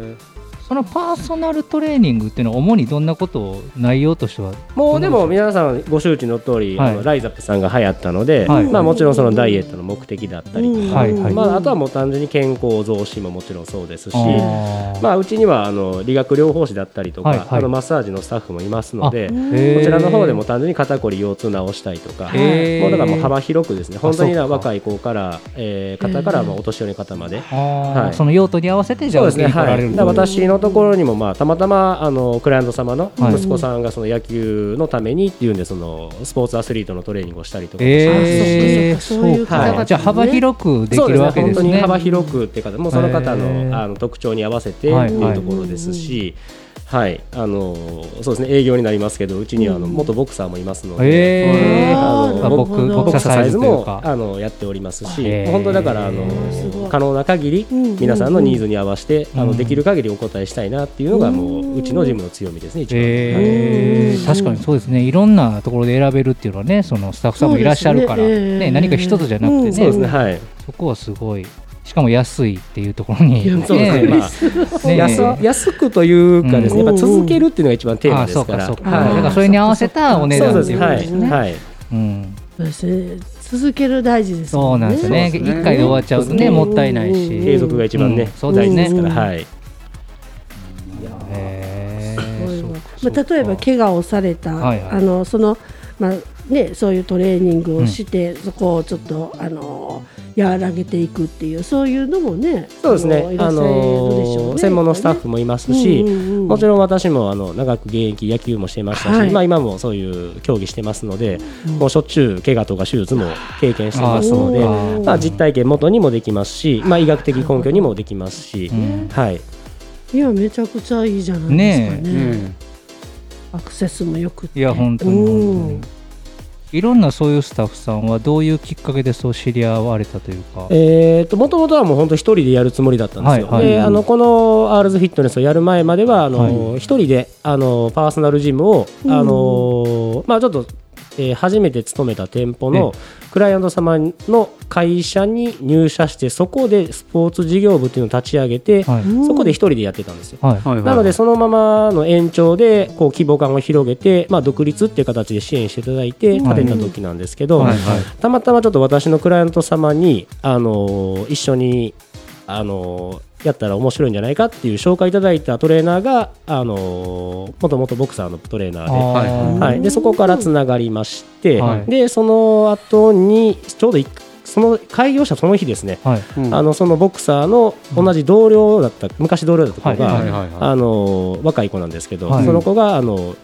[SPEAKER 3] そのパーソナルトレーニングっていうのは主にどんなことを内容としては
[SPEAKER 7] もうでも皆さんご周知の通り、
[SPEAKER 3] はい
[SPEAKER 7] あのライザップさんが流行ったので、
[SPEAKER 3] はい
[SPEAKER 7] まあ、もちろんそのダイエットの目的だったりとか、
[SPEAKER 3] はいはい
[SPEAKER 7] まあ、あとはもう単純に健康増進ももちろんそうですし。
[SPEAKER 3] あー
[SPEAKER 7] まあ、うちにはあの理学療法士だったりとか、
[SPEAKER 3] はいはい
[SPEAKER 7] あのマッサージのスタッフもいますので、
[SPEAKER 3] へー
[SPEAKER 7] こちらの方でも単純に肩こり腰痛治したりとか、
[SPEAKER 3] へー
[SPEAKER 7] もうだからもう幅広くですね本当に
[SPEAKER 3] あそうか
[SPEAKER 7] 若い子から、えー方からまあお年寄りの方まで
[SPEAKER 3] あー
[SPEAKER 7] はい
[SPEAKER 3] その用途に合わせてじゃ
[SPEAKER 7] そう
[SPEAKER 3] あ
[SPEAKER 7] です
[SPEAKER 3] 受
[SPEAKER 7] ね、
[SPEAKER 3] けに来
[SPEAKER 7] は
[SPEAKER 3] られ
[SPEAKER 7] い、
[SPEAKER 3] る
[SPEAKER 7] だから私のところにも、まあ、たまたまあのクライアント様の
[SPEAKER 3] はい
[SPEAKER 7] 息子さんがその野球のためにっていうんでそのスポーツアスリートのトレーニングをしたりとかもして
[SPEAKER 3] えー
[SPEAKER 6] あそうかそうかそういう
[SPEAKER 7] 方々
[SPEAKER 3] はいじゃあ幅広くで
[SPEAKER 7] そ
[SPEAKER 3] き
[SPEAKER 7] う
[SPEAKER 3] るわけで
[SPEAKER 7] 本当
[SPEAKER 3] す
[SPEAKER 7] に
[SPEAKER 3] ね
[SPEAKER 7] 幅広くっていう方もうその方
[SPEAKER 3] へー
[SPEAKER 7] のあの特徴に合わせてっていうところですし。はい、あのそうですね営業になりますけどうちにはあの元ボクサーもいますので、
[SPEAKER 3] えー
[SPEAKER 7] あ
[SPEAKER 6] あ
[SPEAKER 7] の
[SPEAKER 3] まあ
[SPEAKER 6] ー
[SPEAKER 3] 僕
[SPEAKER 6] なるほど
[SPEAKER 7] ボ
[SPEAKER 3] 僕
[SPEAKER 7] ク
[SPEAKER 3] が
[SPEAKER 7] サーサイズ
[SPEAKER 3] という
[SPEAKER 7] も
[SPEAKER 3] か
[SPEAKER 7] あのやっておりますし
[SPEAKER 3] へー
[SPEAKER 7] 本当だからあの
[SPEAKER 6] すごい
[SPEAKER 7] 可能な限り
[SPEAKER 6] うんうんうん
[SPEAKER 7] 皆さんのニーズに合わせてあ
[SPEAKER 3] う
[SPEAKER 7] の
[SPEAKER 3] ん
[SPEAKER 7] できる限りお答えしたいなっていうのがも
[SPEAKER 6] うん
[SPEAKER 7] ううちのジムの強みですね一番。
[SPEAKER 3] えー確かにそうですねいろんなところで選べるっていうのはねそのスタッフさんもいらっしゃるから、
[SPEAKER 6] そうで
[SPEAKER 3] ね
[SPEAKER 6] すねえー
[SPEAKER 3] 何か一つじゃなくてね,、
[SPEAKER 6] うん
[SPEAKER 7] そうですねはい。
[SPEAKER 3] そこはすごいしかも安いっていうところに、ね
[SPEAKER 7] そうですね。まあ
[SPEAKER 3] ね
[SPEAKER 7] 安安くというかですね、
[SPEAKER 6] うん
[SPEAKER 7] まあ続けるっていうのが一番テーマですから。
[SPEAKER 3] あそうかそうか、
[SPEAKER 6] はい
[SPEAKER 3] だからそれに合わせたお値
[SPEAKER 7] そう
[SPEAKER 3] 段
[SPEAKER 7] で
[SPEAKER 3] ってい
[SPEAKER 7] す
[SPEAKER 3] う
[SPEAKER 7] は
[SPEAKER 3] ことですね。
[SPEAKER 7] いはい。
[SPEAKER 3] うん、
[SPEAKER 6] そうですね続ける大事です
[SPEAKER 3] そ
[SPEAKER 6] も
[SPEAKER 3] うなんですよね。
[SPEAKER 4] そ
[SPEAKER 3] 一、
[SPEAKER 4] うですね
[SPEAKER 3] 回で終わっちゃうとね、
[SPEAKER 6] うん
[SPEAKER 3] もったいないし、
[SPEAKER 6] うん
[SPEAKER 7] 継続が一番ね
[SPEAKER 3] うんそうですね
[SPEAKER 7] ですからはい。
[SPEAKER 6] まあ、例えば怪我をされた、
[SPEAKER 3] はいはい
[SPEAKER 6] あのその、まあね、そういうトレーニングをして、そこをちょっとあの和らげていくっていうそういうのもね
[SPEAKER 7] そうです
[SPEAKER 6] あの
[SPEAKER 7] ね
[SPEAKER 6] いら
[SPEAKER 7] あ
[SPEAKER 6] っしゃるでしょう
[SPEAKER 7] の
[SPEAKER 6] ね
[SPEAKER 7] 専門のスタッフもいますし、
[SPEAKER 6] うんうんうん
[SPEAKER 7] もちろん私もあの長く現役野球もしてましたし、
[SPEAKER 6] はい
[SPEAKER 7] まあ、今もそういう競技してますので、もうしょっちゅう怪我とか手術も経験してますので
[SPEAKER 3] あーそうか
[SPEAKER 7] まあ、実体験元にもできますし、まあ、医学的根拠にもできますし、
[SPEAKER 3] うん
[SPEAKER 7] はい、
[SPEAKER 6] いやめちゃくちゃいいじゃないですかね
[SPEAKER 4] え
[SPEAKER 6] アクセスもよくって
[SPEAKER 3] いや本当に
[SPEAKER 6] うん
[SPEAKER 3] 本当にいろんなそういうスタッフさんはどういうきっかけでそう知り合われたというか、
[SPEAKER 7] えー、と元々はもう本当一人でやるつもりだったんですよ、
[SPEAKER 3] はいはい
[SPEAKER 7] であのこの R ズフィットネスをやる前まではあの、一人であのパーソナルジムを、
[SPEAKER 6] うん
[SPEAKER 7] あのまあ、ちょっと、えー初めて勤めた店舗のクライアント様の会社に入社してそこでスポーツ事業部っていうのを立ち上げて、
[SPEAKER 3] はい
[SPEAKER 6] うん
[SPEAKER 7] そこで一人でやってたんですよ。
[SPEAKER 3] はい
[SPEAKER 4] えはいはい
[SPEAKER 7] なのでそのままの延長でこう規模感を広げて、まあ、独立っていう形で支援していただいて
[SPEAKER 3] はい
[SPEAKER 7] 立てた時なんですけど、
[SPEAKER 3] はいはい
[SPEAKER 7] たまたまちょっと私のクライアント様に、あのー一緒に、あのーやったら面白いんじゃないかっていう紹介いただいたトレーナーが、あのー、もともとボクサーのトレーナーで。
[SPEAKER 4] はい
[SPEAKER 3] あー
[SPEAKER 7] はい、でそこからつながりまして、
[SPEAKER 3] はい
[SPEAKER 7] でその後にちょうどいその開業したその日ですね、
[SPEAKER 3] はい
[SPEAKER 4] うん
[SPEAKER 7] あのそのボクサーの同じ同僚だった、昔同僚だった子が、
[SPEAKER 3] はい
[SPEAKER 4] はいはいはい
[SPEAKER 7] あの若い子なんですけど、
[SPEAKER 3] はい
[SPEAKER 7] その子があの、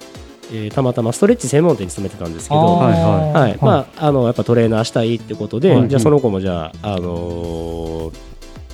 [SPEAKER 7] えーたまたまストレッチ専門店に勤めてたんですけ
[SPEAKER 3] あー
[SPEAKER 7] ど、
[SPEAKER 4] はいはい
[SPEAKER 7] はいまあ、あのやっぱトレーナーしたいってことで、
[SPEAKER 3] はい
[SPEAKER 7] じゃあその子もじゃあ、あのー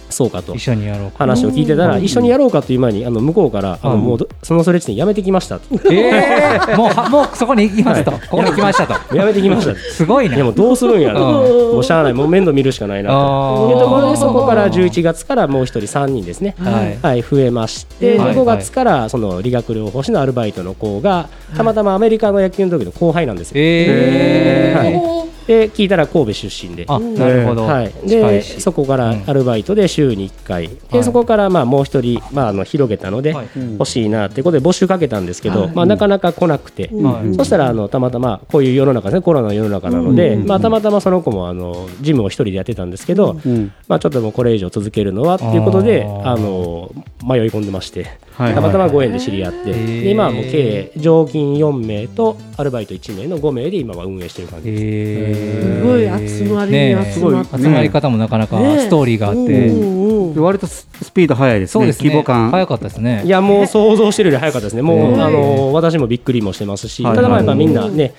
[SPEAKER 7] そうかと
[SPEAKER 3] 一緒にやろうか。
[SPEAKER 7] 話を聞いてたら、
[SPEAKER 3] うん
[SPEAKER 7] 一緒にやろうかという前にあの向こうからあの、
[SPEAKER 3] はい
[SPEAKER 7] もうどそのストレッチ店やめてきまし たと
[SPEAKER 3] えー、もうはもうそこに行きますと、ここに行きましたと。
[SPEAKER 7] やめてきましたと
[SPEAKER 3] すごいね。
[SPEAKER 7] いやもうどうするんやろ
[SPEAKER 6] うん
[SPEAKER 7] もうしゃあないもう面倒見るしかないなと。
[SPEAKER 3] あ
[SPEAKER 7] と
[SPEAKER 3] ー
[SPEAKER 7] いうところでそこから11月からもう一人3人ですね、
[SPEAKER 3] はい
[SPEAKER 7] はい、増えまして、
[SPEAKER 3] はい
[SPEAKER 7] 5月からその理学療法士のアルバイトの子がたまたまアメリカの野球の時の後輩なんですよ。
[SPEAKER 3] えー
[SPEAKER 7] はいで聞いたら神戸出身で。
[SPEAKER 3] あなるほど、
[SPEAKER 7] はい、
[SPEAKER 3] 近
[SPEAKER 7] で
[SPEAKER 3] いし
[SPEAKER 7] そこから
[SPEAKER 3] うん
[SPEAKER 7] アルバイトで週に1回、
[SPEAKER 3] はい
[SPEAKER 7] でそこからまあもう一人、まあ、あの広げたので
[SPEAKER 3] はい
[SPEAKER 7] 欲しいなってことで募集かけたんですけど、
[SPEAKER 6] はい
[SPEAKER 7] まあ、なかなか来なくて、
[SPEAKER 3] はい
[SPEAKER 7] そしたらあのたまたまこういう世の中ですねコロナの世の中なので、まあ、たまたまその子もあのジムを一人でやってたんですけど、
[SPEAKER 4] うん
[SPEAKER 7] まあ、ちょっともうこれ以上続けるのはっていうことで
[SPEAKER 3] あー
[SPEAKER 7] あの迷い込んでまして。
[SPEAKER 4] はい
[SPEAKER 7] た
[SPEAKER 4] は
[SPEAKER 7] ま
[SPEAKER 4] い
[SPEAKER 7] たまご縁で知り合って、
[SPEAKER 3] ー
[SPEAKER 7] で今はもう計常勤4名とアルバイト1名の5名で今は運営してる感じです。
[SPEAKER 3] えー
[SPEAKER 6] すごい集まりに
[SPEAKER 3] ねえ
[SPEAKER 6] 集ま
[SPEAKER 4] って
[SPEAKER 3] 集まり方もなかなかストーリーがあって、
[SPEAKER 6] ねうんうん
[SPEAKER 4] で割とススピード速いです
[SPEAKER 3] そう
[SPEAKER 4] ね
[SPEAKER 3] ですね
[SPEAKER 4] 規模感
[SPEAKER 3] 早かったですね
[SPEAKER 7] いやもう想像してるより早かったですね、もう、
[SPEAKER 3] ね
[SPEAKER 7] あの私もびっくりもしてますし、
[SPEAKER 4] はい
[SPEAKER 7] ただまあやっぱ
[SPEAKER 4] はい
[SPEAKER 7] みんなね、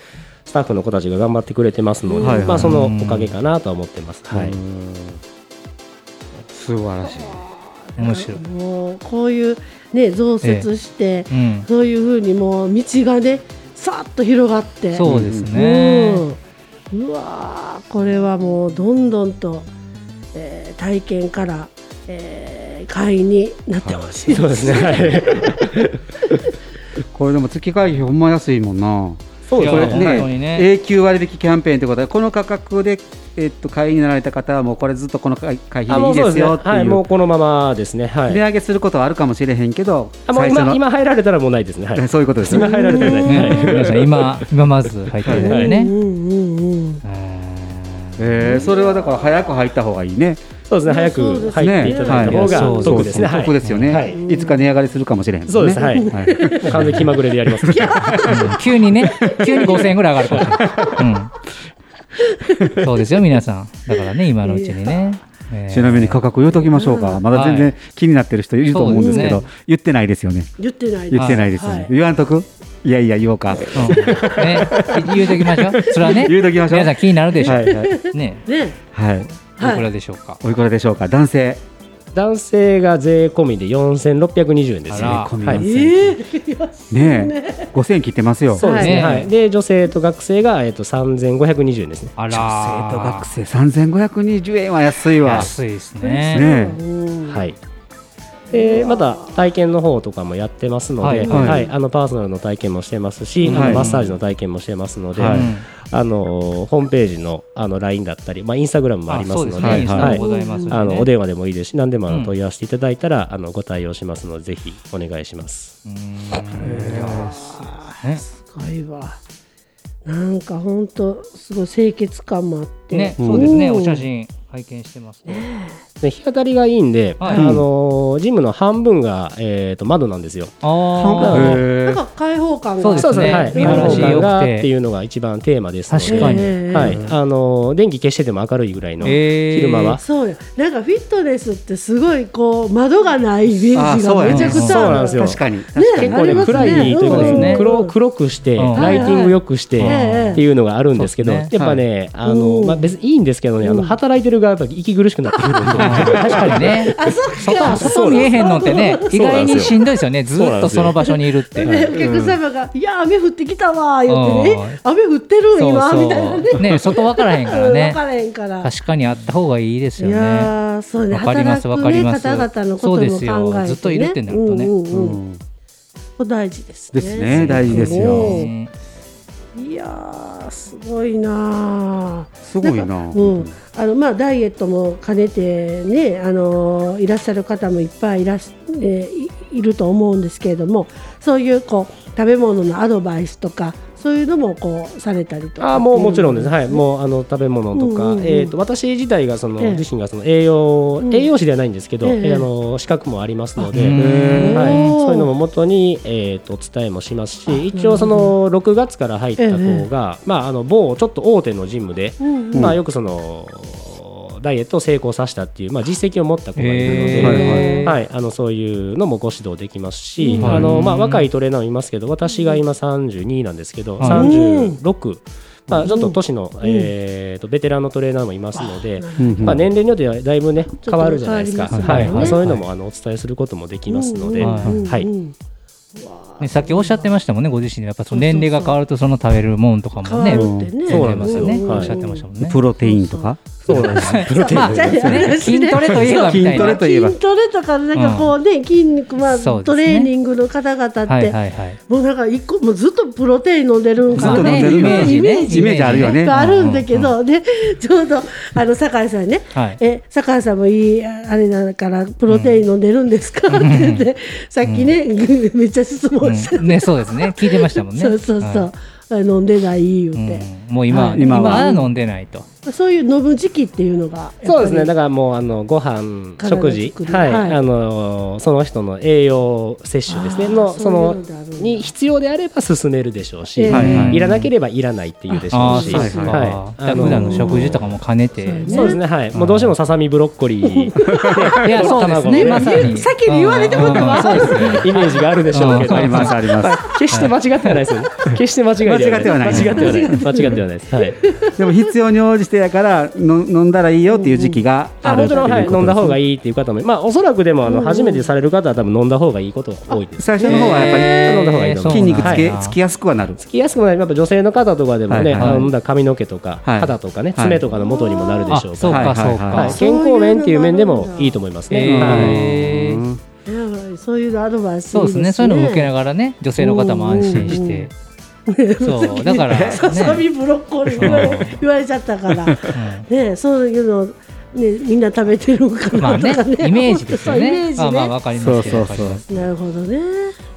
[SPEAKER 7] スタッフの子たちが頑張ってくれてますので、
[SPEAKER 4] はい
[SPEAKER 7] まあ、そのおかげかなとは思ってます。はい
[SPEAKER 4] うん素晴らしい
[SPEAKER 3] 面白い、
[SPEAKER 6] もうこういうね増設して、
[SPEAKER 3] うん、
[SPEAKER 6] そういうふうにもう道がねさっと広がって
[SPEAKER 3] そうですね、
[SPEAKER 6] うんうわーこれはもうどんどんと、えー体験から、えー会員になってほしい、
[SPEAKER 7] そうですね、はい
[SPEAKER 4] これでも月会費ほんま安いもんな
[SPEAKER 7] そうです
[SPEAKER 3] い
[SPEAKER 7] ね
[SPEAKER 3] や
[SPEAKER 7] は
[SPEAKER 3] 本
[SPEAKER 7] い
[SPEAKER 3] 当にね
[SPEAKER 4] 永久割引キャンペーンということでこの価格で、えっと、会員になられた方はもうこれずっとこの会会
[SPEAKER 7] あ
[SPEAKER 4] 費で
[SPEAKER 7] も
[SPEAKER 4] いういで
[SPEAKER 7] そうですすね、
[SPEAKER 4] よって
[SPEAKER 7] はいい、
[SPEAKER 4] う
[SPEAKER 7] もうこのままですね、は
[SPEAKER 4] 値
[SPEAKER 7] い、
[SPEAKER 4] 上げすることはあるかもしれへんけど
[SPEAKER 7] あもう
[SPEAKER 4] 最初
[SPEAKER 7] 今
[SPEAKER 4] の
[SPEAKER 7] 今入られたらもうないですね、は い、
[SPEAKER 4] そういうことです
[SPEAKER 7] 今
[SPEAKER 4] ね
[SPEAKER 7] 入られたらないです、
[SPEAKER 3] ね
[SPEAKER 7] はい
[SPEAKER 3] 皆さん今今まず入ってるんだよね、
[SPEAKER 6] うんうんうん
[SPEAKER 3] うん
[SPEAKER 4] えーそれはだから早く入った方がいいね
[SPEAKER 7] そうですね、早
[SPEAKER 6] そう
[SPEAKER 7] く
[SPEAKER 6] です
[SPEAKER 7] 入っていただいた方
[SPEAKER 3] ねは
[SPEAKER 7] が
[SPEAKER 3] い
[SPEAKER 7] 得ですね、はい
[SPEAKER 4] 得ですよね、、
[SPEAKER 7] はいい、
[SPEAKER 4] つか値上がりするかもしれへんもんね
[SPEAKER 7] そうです、はい、も
[SPEAKER 4] はいう
[SPEAKER 7] 完全に気まぐれでやり ます。
[SPEAKER 3] 急にね、急に5000円ぐらい上がるから。うん。そうですよ、皆さん。だからね、今のうちにね。えー
[SPEAKER 4] ちなみに価格言うときましょうかまだ全
[SPEAKER 3] は
[SPEAKER 4] 然気になってる人いると思うんですけ
[SPEAKER 3] そ
[SPEAKER 4] ど、
[SPEAKER 3] うで
[SPEAKER 4] 言ってないですよね
[SPEAKER 6] 言ってない
[SPEAKER 4] 言ってないですよね、
[SPEAKER 6] はい
[SPEAKER 4] 言わんとくいやいや言おうか
[SPEAKER 3] うんね、言うときましょう。それはね、
[SPEAKER 4] 言うときましょう
[SPEAKER 3] 皆さん気になるでしょ
[SPEAKER 4] は
[SPEAKER 3] う。
[SPEAKER 4] いはい、
[SPEAKER 3] ね、
[SPEAKER 6] ね
[SPEAKER 4] はい、
[SPEAKER 3] いくらでしょうか。
[SPEAKER 4] おいくらでしょうか男性
[SPEAKER 7] 男性が税込みで4620円ですね。
[SPEAKER 3] あら
[SPEAKER 4] 込み
[SPEAKER 7] は
[SPEAKER 4] ま
[SPEAKER 7] い
[SPEAKER 4] す
[SPEAKER 6] ええ
[SPEAKER 4] ねえ5000切ってますよ
[SPEAKER 7] そうですね。
[SPEAKER 3] ね
[SPEAKER 7] はい。で女性と学生がえっと3520円ですね。
[SPEAKER 3] あら
[SPEAKER 4] 生徒学
[SPEAKER 3] 生
[SPEAKER 4] 生3520円は安いわ
[SPEAKER 3] 安いですね。
[SPEAKER 4] ねえ
[SPEAKER 7] はい。でまた体験の方とかもやってますの
[SPEAKER 3] はい
[SPEAKER 7] で、
[SPEAKER 4] はい
[SPEAKER 7] はい。あのパーソナルの体験もしてますし、あ
[SPEAKER 4] はい
[SPEAKER 7] のマッサージの体験もしてますので、
[SPEAKER 4] は
[SPEAKER 3] う
[SPEAKER 4] い
[SPEAKER 3] ん
[SPEAKER 7] あのホームページのあの LINE だったり、まあインスタグラムもありま
[SPEAKER 3] そ
[SPEAKER 7] す
[SPEAKER 3] うです
[SPEAKER 7] の
[SPEAKER 3] ね。イ
[SPEAKER 7] で、
[SPEAKER 3] ンスタ
[SPEAKER 7] は
[SPEAKER 3] も
[SPEAKER 7] い。
[SPEAKER 3] ございますしね
[SPEAKER 7] あのお電話でもいいですし、何でもあ
[SPEAKER 3] うん
[SPEAKER 7] の問い合わせていただいたら、あのご対応しますので、ぜひお願いします。
[SPEAKER 3] うーんいやね
[SPEAKER 6] すごいわなんかほんとすごい清潔感もあって
[SPEAKER 3] ね、そうですね。お写真拝見してますね。
[SPEAKER 7] で日当たりがいいんで、
[SPEAKER 3] はい
[SPEAKER 7] あのージムの半分が、えー、と窓なんですよ。
[SPEAKER 3] あ
[SPEAKER 7] 半
[SPEAKER 3] あ、
[SPEAKER 7] 分
[SPEAKER 6] なんか開放感が
[SPEAKER 3] そうですね
[SPEAKER 7] はい、
[SPEAKER 3] 見晴らし良くて
[SPEAKER 7] 窓がっていうのが一番テーマですので
[SPEAKER 3] 確かに
[SPEAKER 6] ええ
[SPEAKER 7] はいあのー電気消してても明るいぐらいの、
[SPEAKER 3] えー
[SPEAKER 7] 昼間は
[SPEAKER 6] そうよなんかフィットネスってすごいこう窓がないイメ
[SPEAKER 4] あ
[SPEAKER 6] ー
[SPEAKER 4] ー
[SPEAKER 6] ジ
[SPEAKER 4] そう
[SPEAKER 6] が
[SPEAKER 4] やね
[SPEAKER 6] めちゃくち
[SPEAKER 7] そうな
[SPEAKER 6] ゃあ
[SPEAKER 7] ん
[SPEAKER 6] る
[SPEAKER 7] ですよ
[SPEAKER 4] 確かに確かに
[SPEAKER 6] ね
[SPEAKER 7] 結構ね
[SPEAKER 6] ありますね
[SPEAKER 7] 暗いというかね
[SPEAKER 3] うん
[SPEAKER 7] 黒黒くして、
[SPEAKER 3] うん
[SPEAKER 7] ライティング良くして、
[SPEAKER 3] はいはい
[SPEAKER 7] っていうのがあるんですけど、
[SPEAKER 3] そうです
[SPEAKER 7] やっぱね、あの
[SPEAKER 6] うん
[SPEAKER 7] まあ、別にいいんですけどねあの働いてる側やっぱ息苦しくなってくるんで、
[SPEAKER 3] 確かにね。
[SPEAKER 6] あそう
[SPEAKER 3] 外外見えへんのってね、意外にしんどいですよね。ずっとその場所にいるって。
[SPEAKER 6] ね、お客様が「いや雨降ってきたわ」言って
[SPEAKER 3] うん
[SPEAKER 6] ねえ「雨降ってる
[SPEAKER 3] そう
[SPEAKER 6] 今」
[SPEAKER 3] そ
[SPEAKER 6] みたいなね
[SPEAKER 3] う。ね、外分からへんから
[SPEAKER 6] 分
[SPEAKER 3] ね。
[SPEAKER 6] からへんから。
[SPEAKER 3] 確かにあった方がいいですよ
[SPEAKER 6] い
[SPEAKER 3] ね。
[SPEAKER 6] やーそうね
[SPEAKER 3] わかります
[SPEAKER 6] 働くね
[SPEAKER 3] わかります
[SPEAKER 6] 方々のことも考えて、ね、
[SPEAKER 3] そうですよずっといるってなるとね
[SPEAKER 6] うんうんうん
[SPEAKER 4] うん
[SPEAKER 6] これ大事ですね
[SPEAKER 4] ですね大事ですよ
[SPEAKER 3] うん
[SPEAKER 6] いやーすごいなー
[SPEAKER 4] すごいな
[SPEAKER 6] うんあのまあ、ダイエットも兼ねて、ねあのーいらっしゃる方もいっぱいいらし、えーいいると思うんですけれどもそういうこう食べ物のアドバイスとかそういうのもこうされたりとか
[SPEAKER 7] あーもうもちろんです、
[SPEAKER 6] ね
[SPEAKER 7] はい、もうあの食べ物とか、
[SPEAKER 6] うんうんうん
[SPEAKER 7] えー、と私自体がその、
[SPEAKER 6] ええ
[SPEAKER 7] 自身がその栄養、
[SPEAKER 6] うん
[SPEAKER 7] 栄養士ではないんですけど、
[SPEAKER 6] え
[SPEAKER 7] え
[SPEAKER 6] え
[SPEAKER 7] ーあの資格もありますので、
[SPEAKER 3] うん
[SPEAKER 4] へ
[SPEAKER 7] はい
[SPEAKER 6] おー、
[SPEAKER 7] そういうのも元に、えー、と伝えもしますし一応その6月から入った子が、まあ、あの某ちょっと大手のジムで、
[SPEAKER 6] うん
[SPEAKER 7] まあ、よくそのダイエットを成功させたっていう、まあ、実績を持った子がいるので。
[SPEAKER 3] へー
[SPEAKER 7] はい、あのそういうのもご指導できますし、
[SPEAKER 3] はい
[SPEAKER 7] あのまあ、若いトレーナーもいますけど私が今32なんですけど、
[SPEAKER 3] はい
[SPEAKER 7] 36、まあ、ちょっと年の、えー、とベテランのトレーナーもいますので、まあ、年齢によってはだいぶね
[SPEAKER 6] と
[SPEAKER 7] 変わるじゃないですか
[SPEAKER 6] 変わります
[SPEAKER 7] はい
[SPEAKER 6] ね
[SPEAKER 7] まあそういうのもあのお伝えすることもできますので、
[SPEAKER 3] うんうん
[SPEAKER 7] はい
[SPEAKER 6] うん
[SPEAKER 3] ねさっきおっしゃってましたもんね、ご自身でやっぱその年齢が変わるとその食べるもんとかもね
[SPEAKER 6] 変、わるってね
[SPEAKER 7] そう
[SPEAKER 3] 出
[SPEAKER 7] なんで
[SPEAKER 3] ます
[SPEAKER 7] す
[SPEAKER 3] よ
[SPEAKER 7] よ
[SPEAKER 3] ね。
[SPEAKER 7] はい
[SPEAKER 3] おっしゃってましたもんね。
[SPEAKER 4] プロテインとか
[SPEAKER 7] そうなん ですプロテイン
[SPEAKER 3] まあね筋トレといえばみたい
[SPEAKER 4] 筋ト
[SPEAKER 3] な
[SPEAKER 4] レ。といえば
[SPEAKER 6] 筋トレとかなんかこうね、筋肉まあ、
[SPEAKER 3] そうです
[SPEAKER 6] ト
[SPEAKER 3] ね
[SPEAKER 6] レーニングの方々って、
[SPEAKER 3] はいはいはい。
[SPEAKER 6] もうなんか一個もうずっとプロテイン飲んでるんかな
[SPEAKER 4] ずっと飲んでる
[SPEAKER 6] イ
[SPEAKER 4] イ
[SPEAKER 6] メ
[SPEAKER 4] メ
[SPEAKER 6] ー
[SPEAKER 4] ー
[SPEAKER 6] ジ
[SPEAKER 4] ジあるよね
[SPEAKER 6] あるんだけど、でちょうどあの酒井さんね、
[SPEAKER 3] はい
[SPEAKER 6] え酒井さんもいいああれだからプロテイン飲んでるんですか、って言ってさっきね、 めっちゃ質問して、
[SPEAKER 3] うんね、そうですね。聞いてましたもんね。
[SPEAKER 6] そうそうそう、あ飲んでない言う
[SPEAKER 3] はい。
[SPEAKER 6] て、
[SPEAKER 3] うんもう今はね、
[SPEAKER 4] はい
[SPEAKER 3] 今
[SPEAKER 4] 今は
[SPEAKER 3] は飲んでないと。
[SPEAKER 6] そういう飲む時期っていうのが
[SPEAKER 7] そうですね、
[SPEAKER 6] や
[SPEAKER 7] だ
[SPEAKER 6] っ
[SPEAKER 7] からもうあのご飯、
[SPEAKER 6] 体
[SPEAKER 7] 食事、
[SPEAKER 6] 作り
[SPEAKER 7] はい
[SPEAKER 6] はい
[SPEAKER 7] あのその人の栄養摂取ですね、
[SPEAKER 6] あー
[SPEAKER 7] の
[SPEAKER 6] そ
[SPEAKER 7] そう
[SPEAKER 6] いうの
[SPEAKER 7] の
[SPEAKER 6] であるんだ
[SPEAKER 7] に必要であれば進めるでしょうし、
[SPEAKER 6] ええ
[SPEAKER 4] はいはい
[SPEAKER 7] いらなければいらないっていうでしょ
[SPEAKER 3] あ
[SPEAKER 7] う
[SPEAKER 3] あ、
[SPEAKER 7] し、
[SPEAKER 3] そうです
[SPEAKER 4] はい
[SPEAKER 3] か。
[SPEAKER 7] あの
[SPEAKER 3] 普段の食事とかも兼ねて。
[SPEAKER 6] そう
[SPEAKER 7] そうですね、はい、もうどうしてもささみブロッコリー
[SPEAKER 3] い や、そうですね。
[SPEAKER 7] 卵
[SPEAKER 3] まさに。
[SPEAKER 6] 先に言われたことは
[SPEAKER 3] うんうんそうですね。
[SPEAKER 7] イメージがあるでしょうけど、
[SPEAKER 4] あります
[SPEAKER 7] は
[SPEAKER 4] あります
[SPEAKER 7] い決して間違ってはないですよね、決して間違いではない、
[SPEAKER 4] 間違っては
[SPEAKER 7] 間違ってはない、間違ってはないです。はい
[SPEAKER 4] でも必要に応じてやからの飲んだらいいよっていう時期があ
[SPEAKER 7] あ
[SPEAKER 4] るって
[SPEAKER 7] もち
[SPEAKER 4] い
[SPEAKER 7] ろん、は
[SPEAKER 4] う
[SPEAKER 7] い、
[SPEAKER 4] こと
[SPEAKER 7] 飲んだ方が
[SPEAKER 4] い
[SPEAKER 7] いいっていう方も、まあ、おそらくでも、あの、初めてされる方は、多分飲んだ方がいいことが多いです。
[SPEAKER 4] 最初の方はやっぱり、
[SPEAKER 3] えー
[SPEAKER 7] 飲んだ方がいいと思う
[SPEAKER 4] 筋肉つ
[SPEAKER 3] そ
[SPEAKER 4] け、
[SPEAKER 3] うなんだ
[SPEAKER 4] つきやすくはなる
[SPEAKER 7] つきやすくもなりやっぱ女性の方とかでもね、
[SPEAKER 4] はいはい
[SPEAKER 7] あのだ髪の毛とか、
[SPEAKER 4] はい
[SPEAKER 7] 肌とかね、
[SPEAKER 4] はい
[SPEAKER 7] 爪とかの元にもなるで
[SPEAKER 3] あ
[SPEAKER 7] しょうか
[SPEAKER 3] そう
[SPEAKER 7] ら、
[SPEAKER 3] か、
[SPEAKER 4] は
[SPEAKER 3] そう
[SPEAKER 4] いはい
[SPEAKER 7] は
[SPEAKER 3] か
[SPEAKER 7] い。健康面っていう面でもいいと思いますね。はい
[SPEAKER 3] えー
[SPEAKER 6] ぱりそういうアドバイスいい
[SPEAKER 3] そうですね。そういうのも受けながらね、女性の方も安心して。そう、だから ね。
[SPEAKER 6] ささみブロッコリー言わ
[SPEAKER 3] う
[SPEAKER 6] れ言われちゃったから、ね、そういうの、ね、みんな食べてるんか
[SPEAKER 3] まあ
[SPEAKER 6] なと
[SPEAKER 3] ね
[SPEAKER 6] かね、、
[SPEAKER 3] イメージですよ
[SPEAKER 6] そうイメー
[SPEAKER 3] ね。
[SPEAKER 6] ジ
[SPEAKER 3] まあまあわかりますけど。
[SPEAKER 4] そう
[SPEAKER 3] わ
[SPEAKER 4] そ
[SPEAKER 3] か
[SPEAKER 4] う
[SPEAKER 3] り
[SPEAKER 4] そう
[SPEAKER 3] ます
[SPEAKER 6] なるほどね、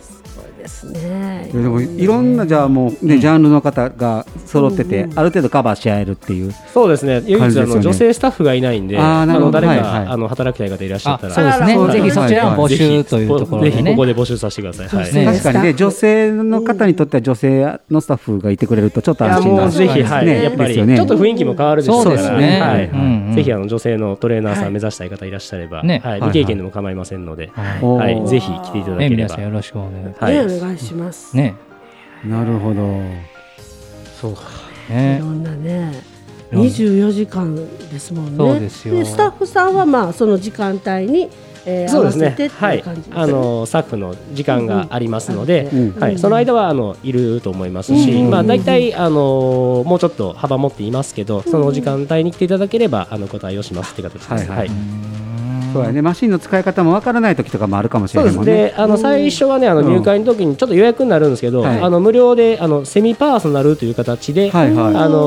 [SPEAKER 6] すごいですね
[SPEAKER 4] い。やでもいろんなじゃあもうね、ジャンルの方が揃ってて、ある程度カバーし合えるっていう
[SPEAKER 7] そうですね。唯一、
[SPEAKER 4] 感じ
[SPEAKER 7] あ
[SPEAKER 4] ですよ
[SPEAKER 7] の、
[SPEAKER 4] ね
[SPEAKER 7] 女性スタッフがいないんで、
[SPEAKER 4] あー
[SPEAKER 7] あ
[SPEAKER 4] なるほ
[SPEAKER 7] の、
[SPEAKER 4] ど
[SPEAKER 7] 誰か、
[SPEAKER 4] はいはい
[SPEAKER 7] あの、働きたい方いらっしゃ
[SPEAKER 3] あ
[SPEAKER 7] っ、たら、
[SPEAKER 3] そうです
[SPEAKER 4] は
[SPEAKER 3] ね。
[SPEAKER 4] い
[SPEAKER 3] ぜひそちらも募
[SPEAKER 7] ぜひ
[SPEAKER 3] 集というところ
[SPEAKER 7] ぜ
[SPEAKER 3] で
[SPEAKER 7] ひこ
[SPEAKER 3] ね
[SPEAKER 7] こ。で募集させてください。はい。
[SPEAKER 3] ね
[SPEAKER 4] 確かにね女性の方にとっては女性のスタッフがいてくれるとちょっと
[SPEAKER 7] いや
[SPEAKER 4] 安心
[SPEAKER 7] も
[SPEAKER 4] な
[SPEAKER 7] うぜひ、
[SPEAKER 4] ね
[SPEAKER 7] はい、やっぱ
[SPEAKER 4] ですよ
[SPEAKER 7] り、
[SPEAKER 4] ね
[SPEAKER 7] ちょっと雰囲気も変わるでしょうから、
[SPEAKER 3] そうですね
[SPEAKER 7] はい
[SPEAKER 3] うんうん
[SPEAKER 7] ぜひあの女性のトレーナーさん目指したい方いらっしゃれば、
[SPEAKER 3] はいね
[SPEAKER 7] はい、
[SPEAKER 4] はい
[SPEAKER 7] 未経験でも構いませんので、
[SPEAKER 3] はい
[SPEAKER 4] おー
[SPEAKER 7] はい、ぜひ来ていただ
[SPEAKER 3] ね
[SPEAKER 7] けれ
[SPEAKER 3] 皆
[SPEAKER 7] ば
[SPEAKER 3] さん。よろしくお願い。
[SPEAKER 7] は
[SPEAKER 6] ね、
[SPEAKER 7] い、
[SPEAKER 6] お願いします。
[SPEAKER 3] ね。
[SPEAKER 4] なるほど
[SPEAKER 3] そうか。
[SPEAKER 6] い
[SPEAKER 3] ね
[SPEAKER 6] ろ。んなね。
[SPEAKER 3] いろんな
[SPEAKER 6] 24時間ですもんね。
[SPEAKER 3] そうですよ
[SPEAKER 6] スタッフさんはまあその時間帯に、えー
[SPEAKER 7] そう
[SPEAKER 6] 合わ
[SPEAKER 7] です
[SPEAKER 6] せて
[SPEAKER 7] ね。
[SPEAKER 6] って
[SPEAKER 7] はいいう
[SPEAKER 6] 感じですね。
[SPEAKER 7] あのスタッフの時間がありますので、
[SPEAKER 4] うん
[SPEAKER 7] はい、その間はあのいると思いますし、
[SPEAKER 4] うん
[SPEAKER 7] まあだいたいあのもうちょっと幅持っていますけど、その時間帯に来ていただければあのお答えをしますって形です。
[SPEAKER 4] はいはい
[SPEAKER 7] はい。
[SPEAKER 4] そうやねマシンの使い方もわからない時とかもあるかもし
[SPEAKER 7] そ
[SPEAKER 4] れ
[SPEAKER 7] う
[SPEAKER 4] な
[SPEAKER 7] で
[SPEAKER 4] い
[SPEAKER 7] す
[SPEAKER 4] もんね
[SPEAKER 7] であの最初はねあの入会の時にちょっと予約になるんですけど、
[SPEAKER 4] はい
[SPEAKER 7] あの無料であのセミパーソナルという形で、
[SPEAKER 4] はいはい
[SPEAKER 7] あの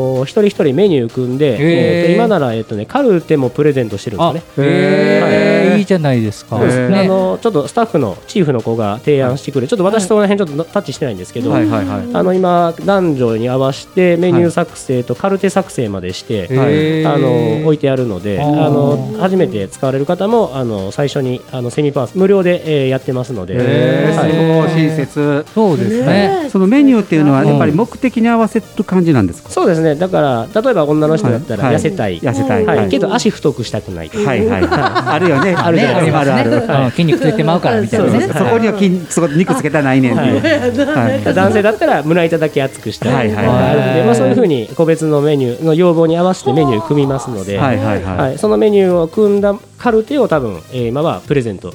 [SPEAKER 7] ー一人一人メニュー組んで、
[SPEAKER 3] へー
[SPEAKER 7] えーと今なら、えっとね、カルテもプレゼントしてるんです
[SPEAKER 3] あ
[SPEAKER 7] よね。
[SPEAKER 3] へ
[SPEAKER 4] は
[SPEAKER 3] え
[SPEAKER 4] い
[SPEAKER 3] いいじゃないですか。
[SPEAKER 4] そうですね
[SPEAKER 7] あのちょっとスタッフのチーフの子が提案してくれ、ちょっと私その辺ちょっとタッチしてないんですけど、
[SPEAKER 4] はいはいはい
[SPEAKER 7] あの今男女に合わせてメニュー作成とカルテ作成までして、
[SPEAKER 3] へー
[SPEAKER 7] あの置いてあるので、
[SPEAKER 3] あ
[SPEAKER 7] あ
[SPEAKER 3] ー
[SPEAKER 7] の初めて使われる方もあの最初にあのセミパース無料で、えーやってますので、
[SPEAKER 4] え
[SPEAKER 7] は
[SPEAKER 4] ー、
[SPEAKER 7] い
[SPEAKER 4] すごい親切
[SPEAKER 3] そうですね。
[SPEAKER 6] え
[SPEAKER 4] そのメニューっていうのはやっぱり目的に合わせる感じなんですか、
[SPEAKER 7] そうですね。だから例えば女の人だったら
[SPEAKER 4] はい
[SPEAKER 7] 痩せたい、
[SPEAKER 4] 痩せたい、
[SPEAKER 7] はい
[SPEAKER 4] はい
[SPEAKER 7] けど足太くしたくないとか、
[SPEAKER 4] はいはいはいあるよねあ
[SPEAKER 7] るじゃな
[SPEAKER 3] ね
[SPEAKER 7] いですか
[SPEAKER 4] あるある
[SPEAKER 3] あの筋肉ついてまうからみたいな
[SPEAKER 4] そう
[SPEAKER 3] ね
[SPEAKER 4] そう。そこには筋そこ肉つけたないねんっていう、はい
[SPEAKER 7] 男性だったら胸板だけ厚くしたりと
[SPEAKER 4] はいはい
[SPEAKER 7] かあるんで、まあ、そういうふうに個別のメニューの要望に合わせてメニュー組みますので、
[SPEAKER 4] はいはいはい
[SPEAKER 7] はい、そのメニューを組んだカルテを多分、えー今はプレゼント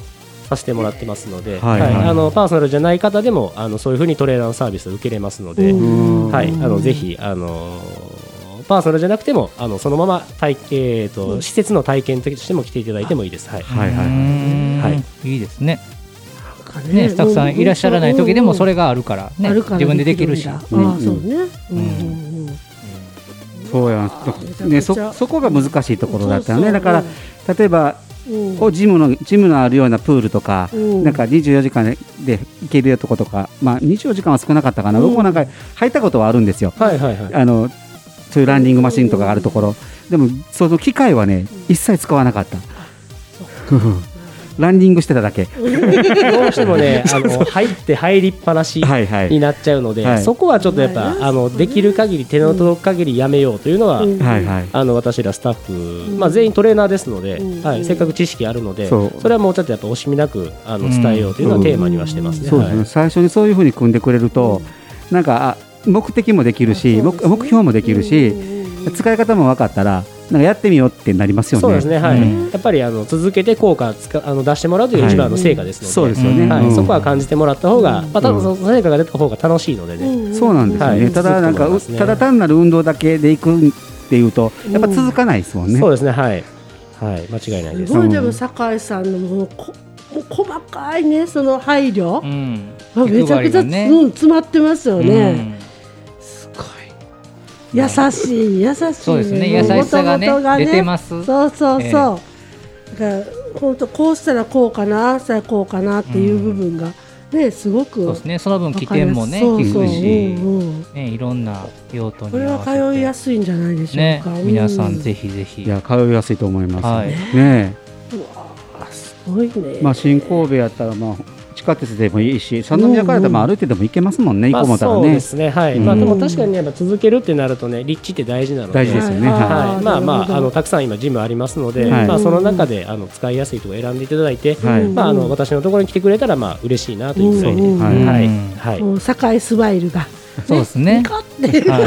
[SPEAKER 7] させてもらってますので、
[SPEAKER 4] はいはい
[SPEAKER 7] あのパーソナルじゃない方でもあのそういうふうにトレーナーのサービスを受けれますので、はい、あのぜひ、あのーパーソナルじゃなくてもあのそのまま体、えー、と施設の体験としても来ていただいてもいいです。はい
[SPEAKER 4] はいは
[SPEAKER 3] うー
[SPEAKER 4] い
[SPEAKER 3] ん
[SPEAKER 7] はい
[SPEAKER 3] いいですね。
[SPEAKER 6] なんか
[SPEAKER 3] ね、スタッフさんいらっしゃらない時でもそ
[SPEAKER 6] れ
[SPEAKER 3] れがあるからね、
[SPEAKER 6] あるから
[SPEAKER 3] 自分でできるし。
[SPEAKER 6] んだ
[SPEAKER 3] う
[SPEAKER 4] うん
[SPEAKER 6] ああそうねうんうんうん
[SPEAKER 4] そうやんねそそこが難しいところだったよ
[SPEAKER 6] そうそ
[SPEAKER 4] ね
[SPEAKER 6] う
[SPEAKER 4] だから例えば
[SPEAKER 6] うん
[SPEAKER 4] をジムのジムのあるようなプールとか、
[SPEAKER 6] うん
[SPEAKER 4] なんか24時間でで行けるとことか、まあ、24時間は少なかったかな、僕もなんか入ったことはあるんですよ、
[SPEAKER 7] はいはいはい
[SPEAKER 4] あのそういうランニングマシンとかがあるところ、でもその機械はね、一切使わなかった。ランニングしてただけ。
[SPEAKER 7] どうして もね、あの入って入りっぱなし
[SPEAKER 4] はいはい
[SPEAKER 7] になっちゃうので、
[SPEAKER 4] はい
[SPEAKER 7] そこはちょっとやっぱ、
[SPEAKER 6] まあね
[SPEAKER 7] あのできる限り手の届く限りやめようというのは、
[SPEAKER 6] うん
[SPEAKER 4] はいはい。
[SPEAKER 7] あの私らスタッフ、
[SPEAKER 6] ん
[SPEAKER 7] まあ、全員トレーナーですので、
[SPEAKER 6] うん
[SPEAKER 7] はい、せっかく知識あるので、
[SPEAKER 4] そう
[SPEAKER 7] それはもうちょっとやっぱ惜しみなくあ
[SPEAKER 3] う
[SPEAKER 7] の
[SPEAKER 3] ん
[SPEAKER 7] 伝えようというのはテーマにはしてますね。
[SPEAKER 4] そうですね、
[SPEAKER 7] はい
[SPEAKER 4] 最初にそういうふうに組んでくれると、なんかあ目的もできるし、
[SPEAKER 6] あそう
[SPEAKER 4] 目
[SPEAKER 6] ですね
[SPEAKER 4] 目標もできるし、
[SPEAKER 6] うんうん
[SPEAKER 4] 使い方も分かったら、なんかやってみようってなりますよね。
[SPEAKER 7] そうですね、はい
[SPEAKER 3] うん
[SPEAKER 7] やっぱりあの続けて効果をつかあの出してもらうという一番の成果ですので、
[SPEAKER 4] そうですよね。
[SPEAKER 7] はい
[SPEAKER 4] うん
[SPEAKER 7] そこは感じてもらった方が、まあ、多分
[SPEAKER 4] う
[SPEAKER 7] その成果が出た方が楽しいのでね、
[SPEAKER 4] そうなんですよね、
[SPEAKER 7] はい
[SPEAKER 4] ただなんか、
[SPEAKER 7] 続くと思いうますね
[SPEAKER 4] ただ単なる運動だけでいくっていうと、やっぱ続かないですもんね。
[SPEAKER 7] そうですね、はい、はい、間違いないです
[SPEAKER 6] す。ごいでも酒井さんのもうこもう細かいねその配慮、
[SPEAKER 3] ん
[SPEAKER 6] あめちゃくちゃつ、うん、詰まってますよね、すごい優しい優しい
[SPEAKER 3] そうですね優しさがね
[SPEAKER 6] 元々
[SPEAKER 3] 出てます
[SPEAKER 6] そうそうそう、
[SPEAKER 3] ええ
[SPEAKER 6] だから本当こうしたらこうかなああしたらこうかなっていう部分がねすごく
[SPEAKER 3] そうですね。その分
[SPEAKER 6] わ
[SPEAKER 3] 起
[SPEAKER 6] かり
[SPEAKER 3] 点
[SPEAKER 6] やす
[SPEAKER 3] もね、
[SPEAKER 6] そう
[SPEAKER 3] 聞
[SPEAKER 6] そう
[SPEAKER 3] くし、
[SPEAKER 6] うんうん
[SPEAKER 3] ね、いろんな用途に
[SPEAKER 6] これ
[SPEAKER 3] 合
[SPEAKER 6] は
[SPEAKER 3] わせて
[SPEAKER 6] 通いやすいんじゃないでしょ
[SPEAKER 3] ね
[SPEAKER 6] うか、、
[SPEAKER 3] 皆さんぜ
[SPEAKER 6] ひ
[SPEAKER 3] ひぜひ。
[SPEAKER 4] いや通いやすいと思います。
[SPEAKER 3] はい
[SPEAKER 4] ね
[SPEAKER 6] すごいね
[SPEAKER 4] え、まあ新神戸やったらまあ地下鉄でもいいし、三宮からでも歩いてでも行けますもんね。行こうも
[SPEAKER 7] まあ、
[SPEAKER 4] ったら
[SPEAKER 7] そう
[SPEAKER 4] ね
[SPEAKER 7] で。すね、はい、
[SPEAKER 4] うん
[SPEAKER 7] まあ、でも確かにやっぱ続けるってなるとね、立地って大事なので。
[SPEAKER 4] 大事ですよね。
[SPEAKER 6] はい
[SPEAKER 4] は
[SPEAKER 7] はい、まあま
[SPEAKER 6] なるほ
[SPEAKER 7] あ、
[SPEAKER 6] ど
[SPEAKER 7] あのたくさん今ジムありますので、
[SPEAKER 4] はい
[SPEAKER 7] まあその中であの使いやすいところを選んでいただいて、
[SPEAKER 4] はい
[SPEAKER 7] まああの私のところに来てくれたらまあ嬉しいなというぐらいで、
[SPEAKER 6] うん
[SPEAKER 4] はい
[SPEAKER 7] はい
[SPEAKER 3] うん
[SPEAKER 7] はい、
[SPEAKER 6] もう堺スマイルが
[SPEAKER 3] そうですね
[SPEAKER 6] ニ。コ って、、
[SPEAKER 3] は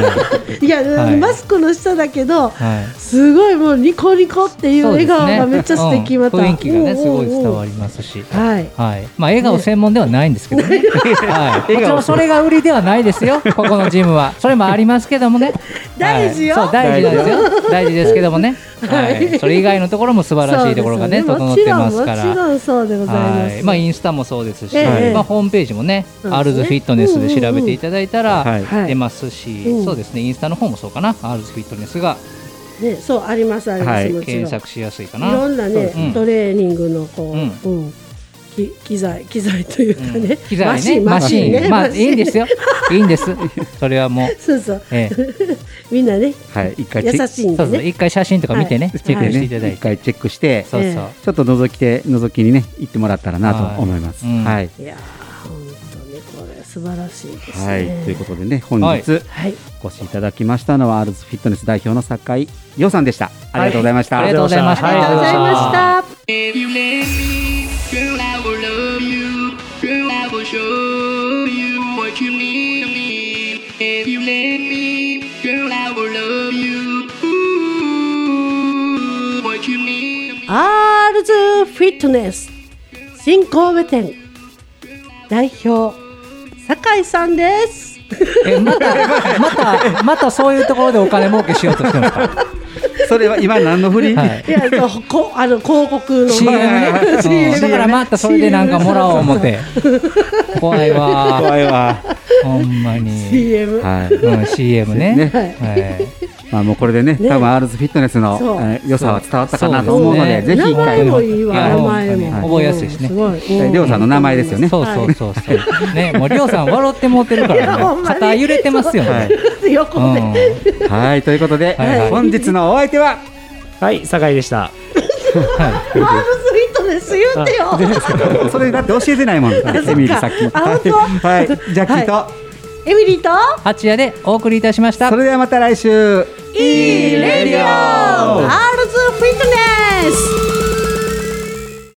[SPEAKER 3] い
[SPEAKER 6] や、
[SPEAKER 3] はい
[SPEAKER 6] マスクの下だけど
[SPEAKER 3] い。 はい。
[SPEAKER 6] すごいもうニコニコっていう
[SPEAKER 3] そうで
[SPEAKER 6] 笑
[SPEAKER 3] すね
[SPEAKER 6] 顔がめっちゃ素敵、また、
[SPEAKER 3] うん雰囲気がね、すごい伝わ
[SPEAKER 6] る
[SPEAKER 3] りますし。
[SPEAKER 6] はい
[SPEAKER 3] はい、まあ笑顔専門ではないんですけどね。 はい、もちろんそれが売りではないですよ。ここのジムは、それもありますけどもね。
[SPEAKER 6] 大事よ
[SPEAKER 3] はいそう、大事なんですよ。大事ですけども ね。はい、それ以外のところも素晴らしいところがね、
[SPEAKER 6] そう
[SPEAKER 3] 整っ
[SPEAKER 6] です
[SPEAKER 3] て
[SPEAKER 6] よね
[SPEAKER 3] ま
[SPEAKER 6] もち
[SPEAKER 3] す
[SPEAKER 6] ろん
[SPEAKER 3] から。
[SPEAKER 6] もちろんそうでございま
[SPEAKER 3] は
[SPEAKER 6] す、
[SPEAKER 3] い、まあインスタもそうですし、
[SPEAKER 6] ええ
[SPEAKER 3] まあホームページもね、
[SPEAKER 6] そうですね
[SPEAKER 3] アールズフィットネスで調べていただいたら、
[SPEAKER 4] はい
[SPEAKER 6] はい
[SPEAKER 3] 出ますし、
[SPEAKER 6] うん
[SPEAKER 3] そうですね、インスタの方もそうかな、アールズフィットネスが
[SPEAKER 6] ねそうありますあります、
[SPEAKER 4] はい
[SPEAKER 6] もちろ
[SPEAKER 3] 検
[SPEAKER 6] ん
[SPEAKER 3] 索しやすいか
[SPEAKER 6] いろ
[SPEAKER 3] な。
[SPEAKER 6] んな
[SPEAKER 3] う
[SPEAKER 6] ね
[SPEAKER 3] ん
[SPEAKER 6] トレーニングのこう、
[SPEAKER 3] う
[SPEAKER 6] うんんき機材機材というかね、
[SPEAKER 3] うん機材ね、
[SPEAKER 6] マ
[SPEAKER 3] マ
[SPEAKER 6] シ
[SPEAKER 3] シ
[SPEAKER 6] ン
[SPEAKER 3] ン、
[SPEAKER 6] ね
[SPEAKER 3] まあ
[SPEAKER 6] マシン
[SPEAKER 3] いいんですよ、いいんです。それはもう、
[SPEAKER 6] そうそう
[SPEAKER 3] ええ、
[SPEAKER 6] みんなね
[SPEAKER 4] い。はい。一回チェ
[SPEAKER 6] 優
[SPEAKER 4] ッ
[SPEAKER 6] しいん
[SPEAKER 3] そ
[SPEAKER 6] で
[SPEAKER 3] うそう、
[SPEAKER 6] ね
[SPEAKER 3] 一回写真とか見てね、
[SPEAKER 4] ク
[SPEAKER 3] チェックしていた
[SPEAKER 4] ね。
[SPEAKER 3] だ
[SPEAKER 4] 一
[SPEAKER 3] いて。
[SPEAKER 4] 回チェックして、ち
[SPEAKER 3] そうそう。
[SPEAKER 4] ょっと覗きて覗きにね行ってもらったらなと思います。
[SPEAKER 3] はいうん
[SPEAKER 4] はい。
[SPEAKER 6] いやー本当にこれ素晴らしいです
[SPEAKER 4] はい。
[SPEAKER 6] ね
[SPEAKER 4] ということでね本
[SPEAKER 3] はい
[SPEAKER 4] 日
[SPEAKER 6] はい
[SPEAKER 4] お越しいただきましたのはアールズフィットネス代表の酒井亮さんでした。ありがとうございました。
[SPEAKER 3] ありがとうございました。
[SPEAKER 7] ありがとうございま
[SPEAKER 3] した。
[SPEAKER 6] アールズフィットネス新神戸店代表酒井さんです
[SPEAKER 3] え、また、また、またそういうところでお金儲けしようとしてますか。
[SPEAKER 4] それは今何の振り？
[SPEAKER 3] はい
[SPEAKER 6] い。やそうこあの広告の
[SPEAKER 3] CM ね。うんだからまたそれでなんかもらおう思って。怖いわ。
[SPEAKER 4] 怖いわ。
[SPEAKER 3] ほんまに。
[SPEAKER 6] CM
[SPEAKER 4] はい。
[SPEAKER 3] うん、CM ね。
[SPEAKER 4] ね
[SPEAKER 3] はい。
[SPEAKER 4] まあもうこれでね、
[SPEAKER 6] ね
[SPEAKER 4] 多分アールズフィットネスの、
[SPEAKER 6] そう
[SPEAKER 4] えー良さは伝わったかなと思うので、
[SPEAKER 6] そうですね
[SPEAKER 4] ぜひ一
[SPEAKER 6] 名前
[SPEAKER 4] 回
[SPEAKER 6] もいいわ
[SPEAKER 3] や
[SPEAKER 6] 名前も、
[SPEAKER 3] 本当に覚えやすいしね
[SPEAKER 6] うんごい
[SPEAKER 4] りょうさんの名前ですよね
[SPEAKER 3] そうそうそうそう。ね、もうりょうさん笑ってもうてるか
[SPEAKER 6] いやほ
[SPEAKER 3] らね、
[SPEAKER 6] んまに
[SPEAKER 3] 肩揺れてますよ
[SPEAKER 4] はい
[SPEAKER 3] ね。
[SPEAKER 6] 横で、
[SPEAKER 3] うん
[SPEAKER 4] はい、ということで、
[SPEAKER 3] はいはい
[SPEAKER 4] 本日のお相手は、
[SPEAKER 7] はい、酒井でした。
[SPEAKER 3] は
[SPEAKER 6] アールズフィットネス言ってよ
[SPEAKER 4] それだって教えてないもん、エミリーさっき。
[SPEAKER 6] あ本当
[SPEAKER 4] はい、ジャッキーと、
[SPEAKER 6] エミリーと
[SPEAKER 3] い、八夜でお送りいたしました
[SPEAKER 4] そ。れではまた来週。
[SPEAKER 6] いいレディオアールズフィットネス